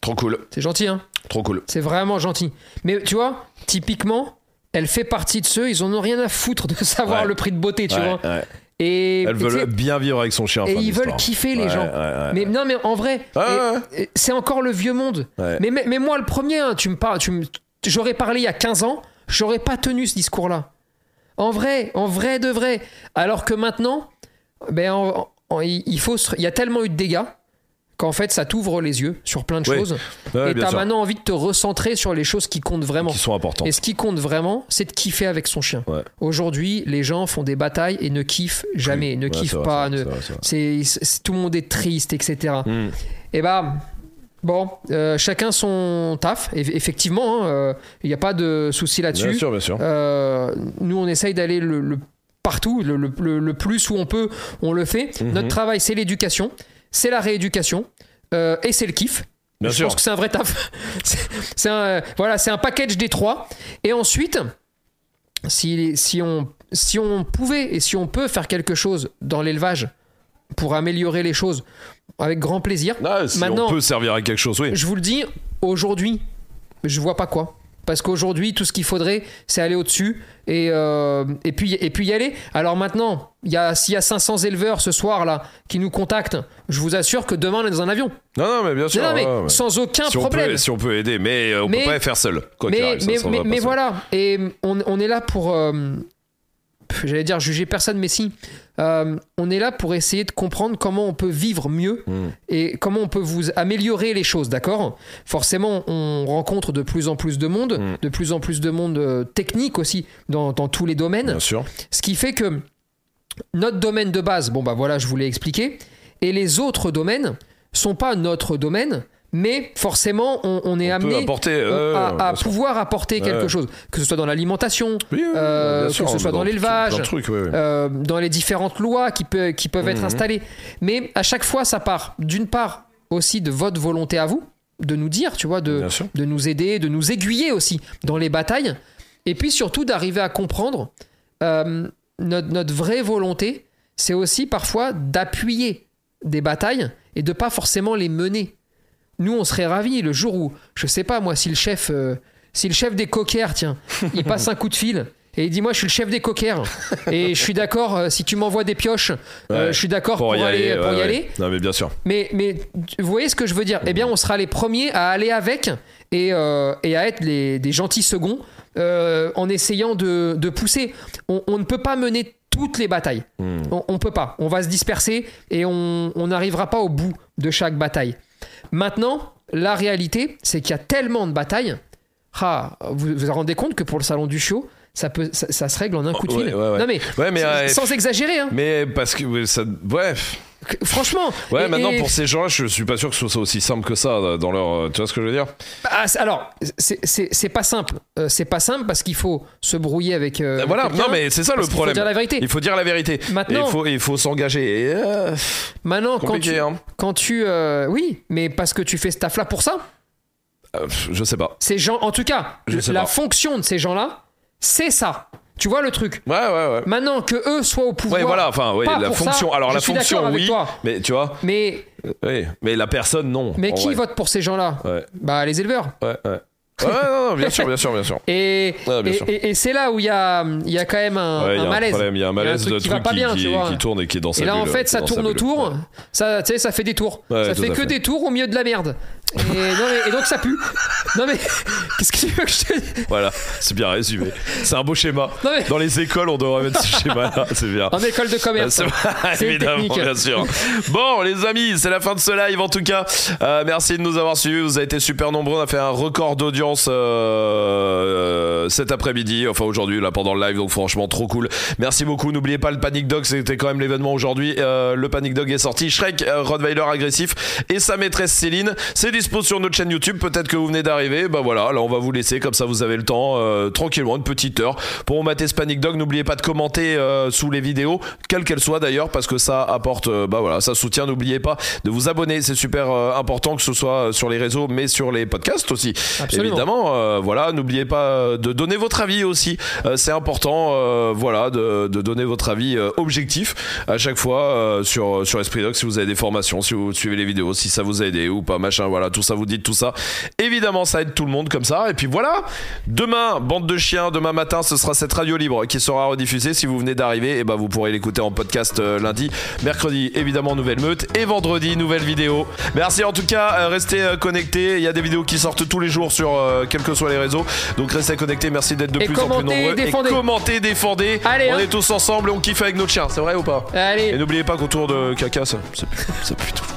Trop cool,
c'est gentil, hein.
trop cool.
C'est vraiment gentil. Mais tu vois, typiquement, elle fait partie de ceux, ils en ont rien à foutre de [laughs] savoir
Ouais.
le prix de beauté, tu
Ouais,
vois.
ouais.
Et,
Elles
et tu sais,
veulent bien vivre avec son chien.
et
fin
ils veulent
d'histoire.
kiffer les
Ouais,
gens.
ouais, ouais,
mais
ouais.
non, mais en vrai,
Ouais,
et-
ouais.
et c'est encore le vieux monde.
Ouais.
Mais, mais, mais moi, le premier, hein, tu me parles, tu me- j'aurais parlé il y a 15 ans, j'aurais pas tenu ce discours-là. En vrai, en vrai de vrai. Alors que maintenant, ben, en- en- il il faut, se- il y a tellement eu de dégâts qu'en fait, ça t'ouvre les yeux sur plein de
Oui.
choses.
Ouais,
et
bien
t'as
sûr.
maintenant envie de te recentrer sur les choses qui comptent vraiment.
qui sont importants.
Et ce qui compte vraiment, c'est de kiffer avec son chien.
Ouais.
Aujourd'hui, les gens font des batailles et ne kiffent jamais, ne
Ouais, c'est
kiffent
vrai,
pas,
c'est vrai,
ne-
c'est vrai, c'est vrai.
c'est c'est- tout le monde est triste, etc.
Mm.
Et bah bon, euh, chacun son taf. eff- Effectivement, hein, euh, il n'y a pas de souci
Bien
là-dessus.
sûr, bien sûr.
Euh, nous, on essaye d'aller le, le- partout, le, le- le- le plus où on peut, on le fait.
Mhm.
Notre travail, c'est l'éducation, c'est la rééducation. euh, et c'est le kiff.
Bien
je
sûr.
pense que c'est un vrai taf. [laughs] C'est- c'est un, euh, voilà, c'est un package des trois. Et ensuite, si, si, on, si on pouvait et si on peut faire quelque chose dans l'élevage pour améliorer les choses, avec grand plaisir.
Ah, si
Maintenant-
on peut servir à quelque chose, oui.
Je vous le dis, aujourd'hui, je vois pas quoi. Parce qu'aujourd'hui, tout ce qu'il faudrait, c'est aller au-dessus et, euh, et, puis, et puis y aller. Alors maintenant, il y a- s'il y a 500 éleveurs ce soir-là qui nous contactent, je vous assure que demain, on est dans un avion.
Non, non, mais bien sûr.
Non, non, mais
ouais, ouais.
sans aucun
si, on
problème.
peut, si on peut aider, mais euh, on
Mais-
peut pas faire seul. Quoi qu'il
mais
arrive, ça,
mais,
ça, on
mais-
va pas
mais
seul.
voilà, et on, on est là pour... euh, pff, J'allais dire juger personne, mais si. Euh, on est là pour essayer de comprendre comment on peut vivre mieux
Mm.
et comment on peut vous améliorer les choses, d'accord Forcément, on rencontre de plus en plus de monde,
Mm.
de plus en plus de monde euh, technique aussi dans, dans tous les domaines.
Bien sûr.
Ce qui fait que notre domaine de base, bon bah voilà, je vous l'ai expliqué, et les autres domaines sont pas notre domaine, mais forcément on, on est
On peut
amené
apporter.
on-
euh, bien
à, à
sûr.
pouvoir apporter quelque
Ouais.
chose, que ce soit dans l'alimentation,
Oui, oui,
euh,
bien
que
sûr,
ce
on
soit
est
dans l'élevage,
plein de trucs, ouais, ouais.
euh, dans les différentes lois qui, peut- qui peuvent être
Mhm.
installées. Mais à chaque fois, ça part d'une part aussi de votre volonté à vous, de nous dire, tu vois, de,
Bien sûr.
de nous aider, de nous aiguiller aussi dans les batailles, et puis surtout d'arriver à comprendre euh, notre, notre vraie volonté, c'est aussi parfois d'appuyer des batailles et de pas forcément les mener. Nous, on serait ravis le jour où, je sais pas moi, si le chef, euh, si le chef des coquers, tiens, il passe un coup de fil. Et il dit moi je suis le chef des coquers et je suis d'accord euh, si tu m'envoies des pioches euh,
Ouais.
je suis d'accord pour, aller, pour
ouais,
y
ouais.
aller
Non, mais bien sûr.
mais, mais tu- vous voyez ce que je veux dire Eh bien, on sera les premiers à aller avec et, euh, et à être les, des gentils seconds euh, en essayant de, de pousser. On, on ne peut pas mener toutes les batailles.
Hmm.
On, on peut pas. On va se disperser et on on n'arrivera pas au bout de chaque bataille. Maintenant, la réalité, c'est qu'il y a tellement de batailles. Ah, vous vous vous rendez compte que pour le salon du show, ça, peut, ça, ça se règle en un coup de
Oh, Ouais,
fil.
ouais, ouais.
Non mais,
Ouais, mais,
sans-
euh,
sans exagérer. hein.
Mais parce que ouais, ça. Bref.
Que- Franchement.
Ouais,
Et-
maintenant
et-
pour ces gens-là, je suis pas sûr que ce soit aussi simple que ça euh, dans leur. euh, Tu vois ce que je veux dire
Ah, c'est- alors, c'est- c'est c'est pas simple. Euh, c'est pas simple parce qu'il faut se brouiller avec. euh,
Euh, Voilà,
quelqu'un,
non mais c'est ça le
parce qu'il
problème.
Faut dire la vérité.
Il faut dire la vérité.
Maintenant-
Et il faut, il faut s'engager. Et, euh,
Maintenant, quand
compliqué,
tu,
hein.
quand tu, euh, oui, mais parce que tu fais ce taf-là pour ça.
euh, pff, je sais pas.
Ces gens, en tout cas,
Je sais
la
pas.
fonction de ces gens-là, c'est ça. Tu vois le truc.
Ouais, ouais, ouais.
Maintenant que eux soient au pouvoir.
Ouais, voilà, enfin, ouais,
pas
la
pour ça,
fonction. alors,
je
la
suis
fonction,
d'accord avec
oui.
toi.
Mais tu vois,
Mais,
euh, oui. Mais la personne, non.
mais
en
qui
vrai.
vote pour ces gens-là
Ouais,
Bah, les éleveurs.
ouais, ouais. Ouais, non, non, bien sûr, bien sûr, bien sûr.
Et,
Ouais, bien
et-
sûr.
et- et c'est là où il y a, il y a quand même un,
Ouais,
un
il y a
malaise.
problème, Il y a un malaise
truc
de
qui
truc
va pas
qui,
bien,
qui-
tu vois.
qui tourne et qui est dans sa
Et là, en
bulle,
fait, ça
dans sa
tourne
bulle.
autour. Ça, tu sais, ça fait des tours.
Ouais,
ça
tout
fait
à
que
fait.
des tours au milieu de la merde. Et, non, mais- et donc, ça pue. Non, mais [laughs] qu'est-ce que tu veux que je te dise
Voilà, c'est bien résumé. C'est un beau schéma.
Non, mais-
Dans les écoles, on devrait mettre ce schéma-là. C'est bien.
En école de
Ah,
commerce.
c'est
[laughs]
vrai,
C'est
[laughs]
une
Évidemment,
technique.
bien sûr. Bon, les amis, c'est la fin de ce live en tout cas. Euh, merci de nous avoir suivis. Vous avez été super nombreux. On a fait un record d'audience euh, euh, cet après-midi, enfin aujourd'hui, là pendant le live. Donc franchement, trop cool. Merci beaucoup. N'oubliez pas le Panic Dog. C'était quand même l'événement aujourd'hui. Euh, le Panic Dog est sorti. Shrek, euh, Rottweiler agressif et sa maîtresse Céline. C'est dispo sur notre chaîne YouTube. Peut-être que vous venez d'arriver. Bah voilà, là on va vous laisser. Comme ça, vous avez le temps euh, tranquillement, une petite heure pour mater ce Panic Dog. N'oubliez pas de commenter euh, sous les vidéos, quelles qu'elles soient d'ailleurs, parce que ça apporte, euh, bah voilà, ça soutient. N'oubliez pas de vous abonner. C'est super euh, important que ce soit euh, sur les réseaux, mais sur les podcasts aussi.
hein, Absolument.
Évidemment, euh, voilà, n'oubliez pas euh, de donner votre avis aussi. Euh, c'est important, euh, voilà, de, de donner votre avis euh, objectif à chaque fois euh, sur sur Esprit Doc. Si vous avez des formations, si vous suivez les vidéos, si ça vous a aidé ou pas, machin, voilà, tout ça, vous dites tout ça. Évidemment, ça aide tout le monde comme ça. Et puis voilà. Demain, bande de chiens, demain matin, ce sera cette radio libre qui sera rediffusée. Si vous venez d'arriver, et ben vous pourrez l'écouter en podcast euh, lundi, mercredi, évidemment, nouvelle meute, et vendredi, nouvelle vidéo. Merci en tout cas, euh, restez euh, connectés. Il y a des vidéos qui sortent tous les jours sur euh, quels que soient les réseaux. Donc restez connectés. Merci d'être de
Et
plus en plus
commentez,
nombreux.
défendez.
Et commentez, défendez.
Allez,
on
hein.
est tous ensemble et on kiffe avec nos chiens. C'est vrai ou pas Et
Allez,
n'oubliez pas qu'autour de caca, ça, c'est plus- c'est plutôt.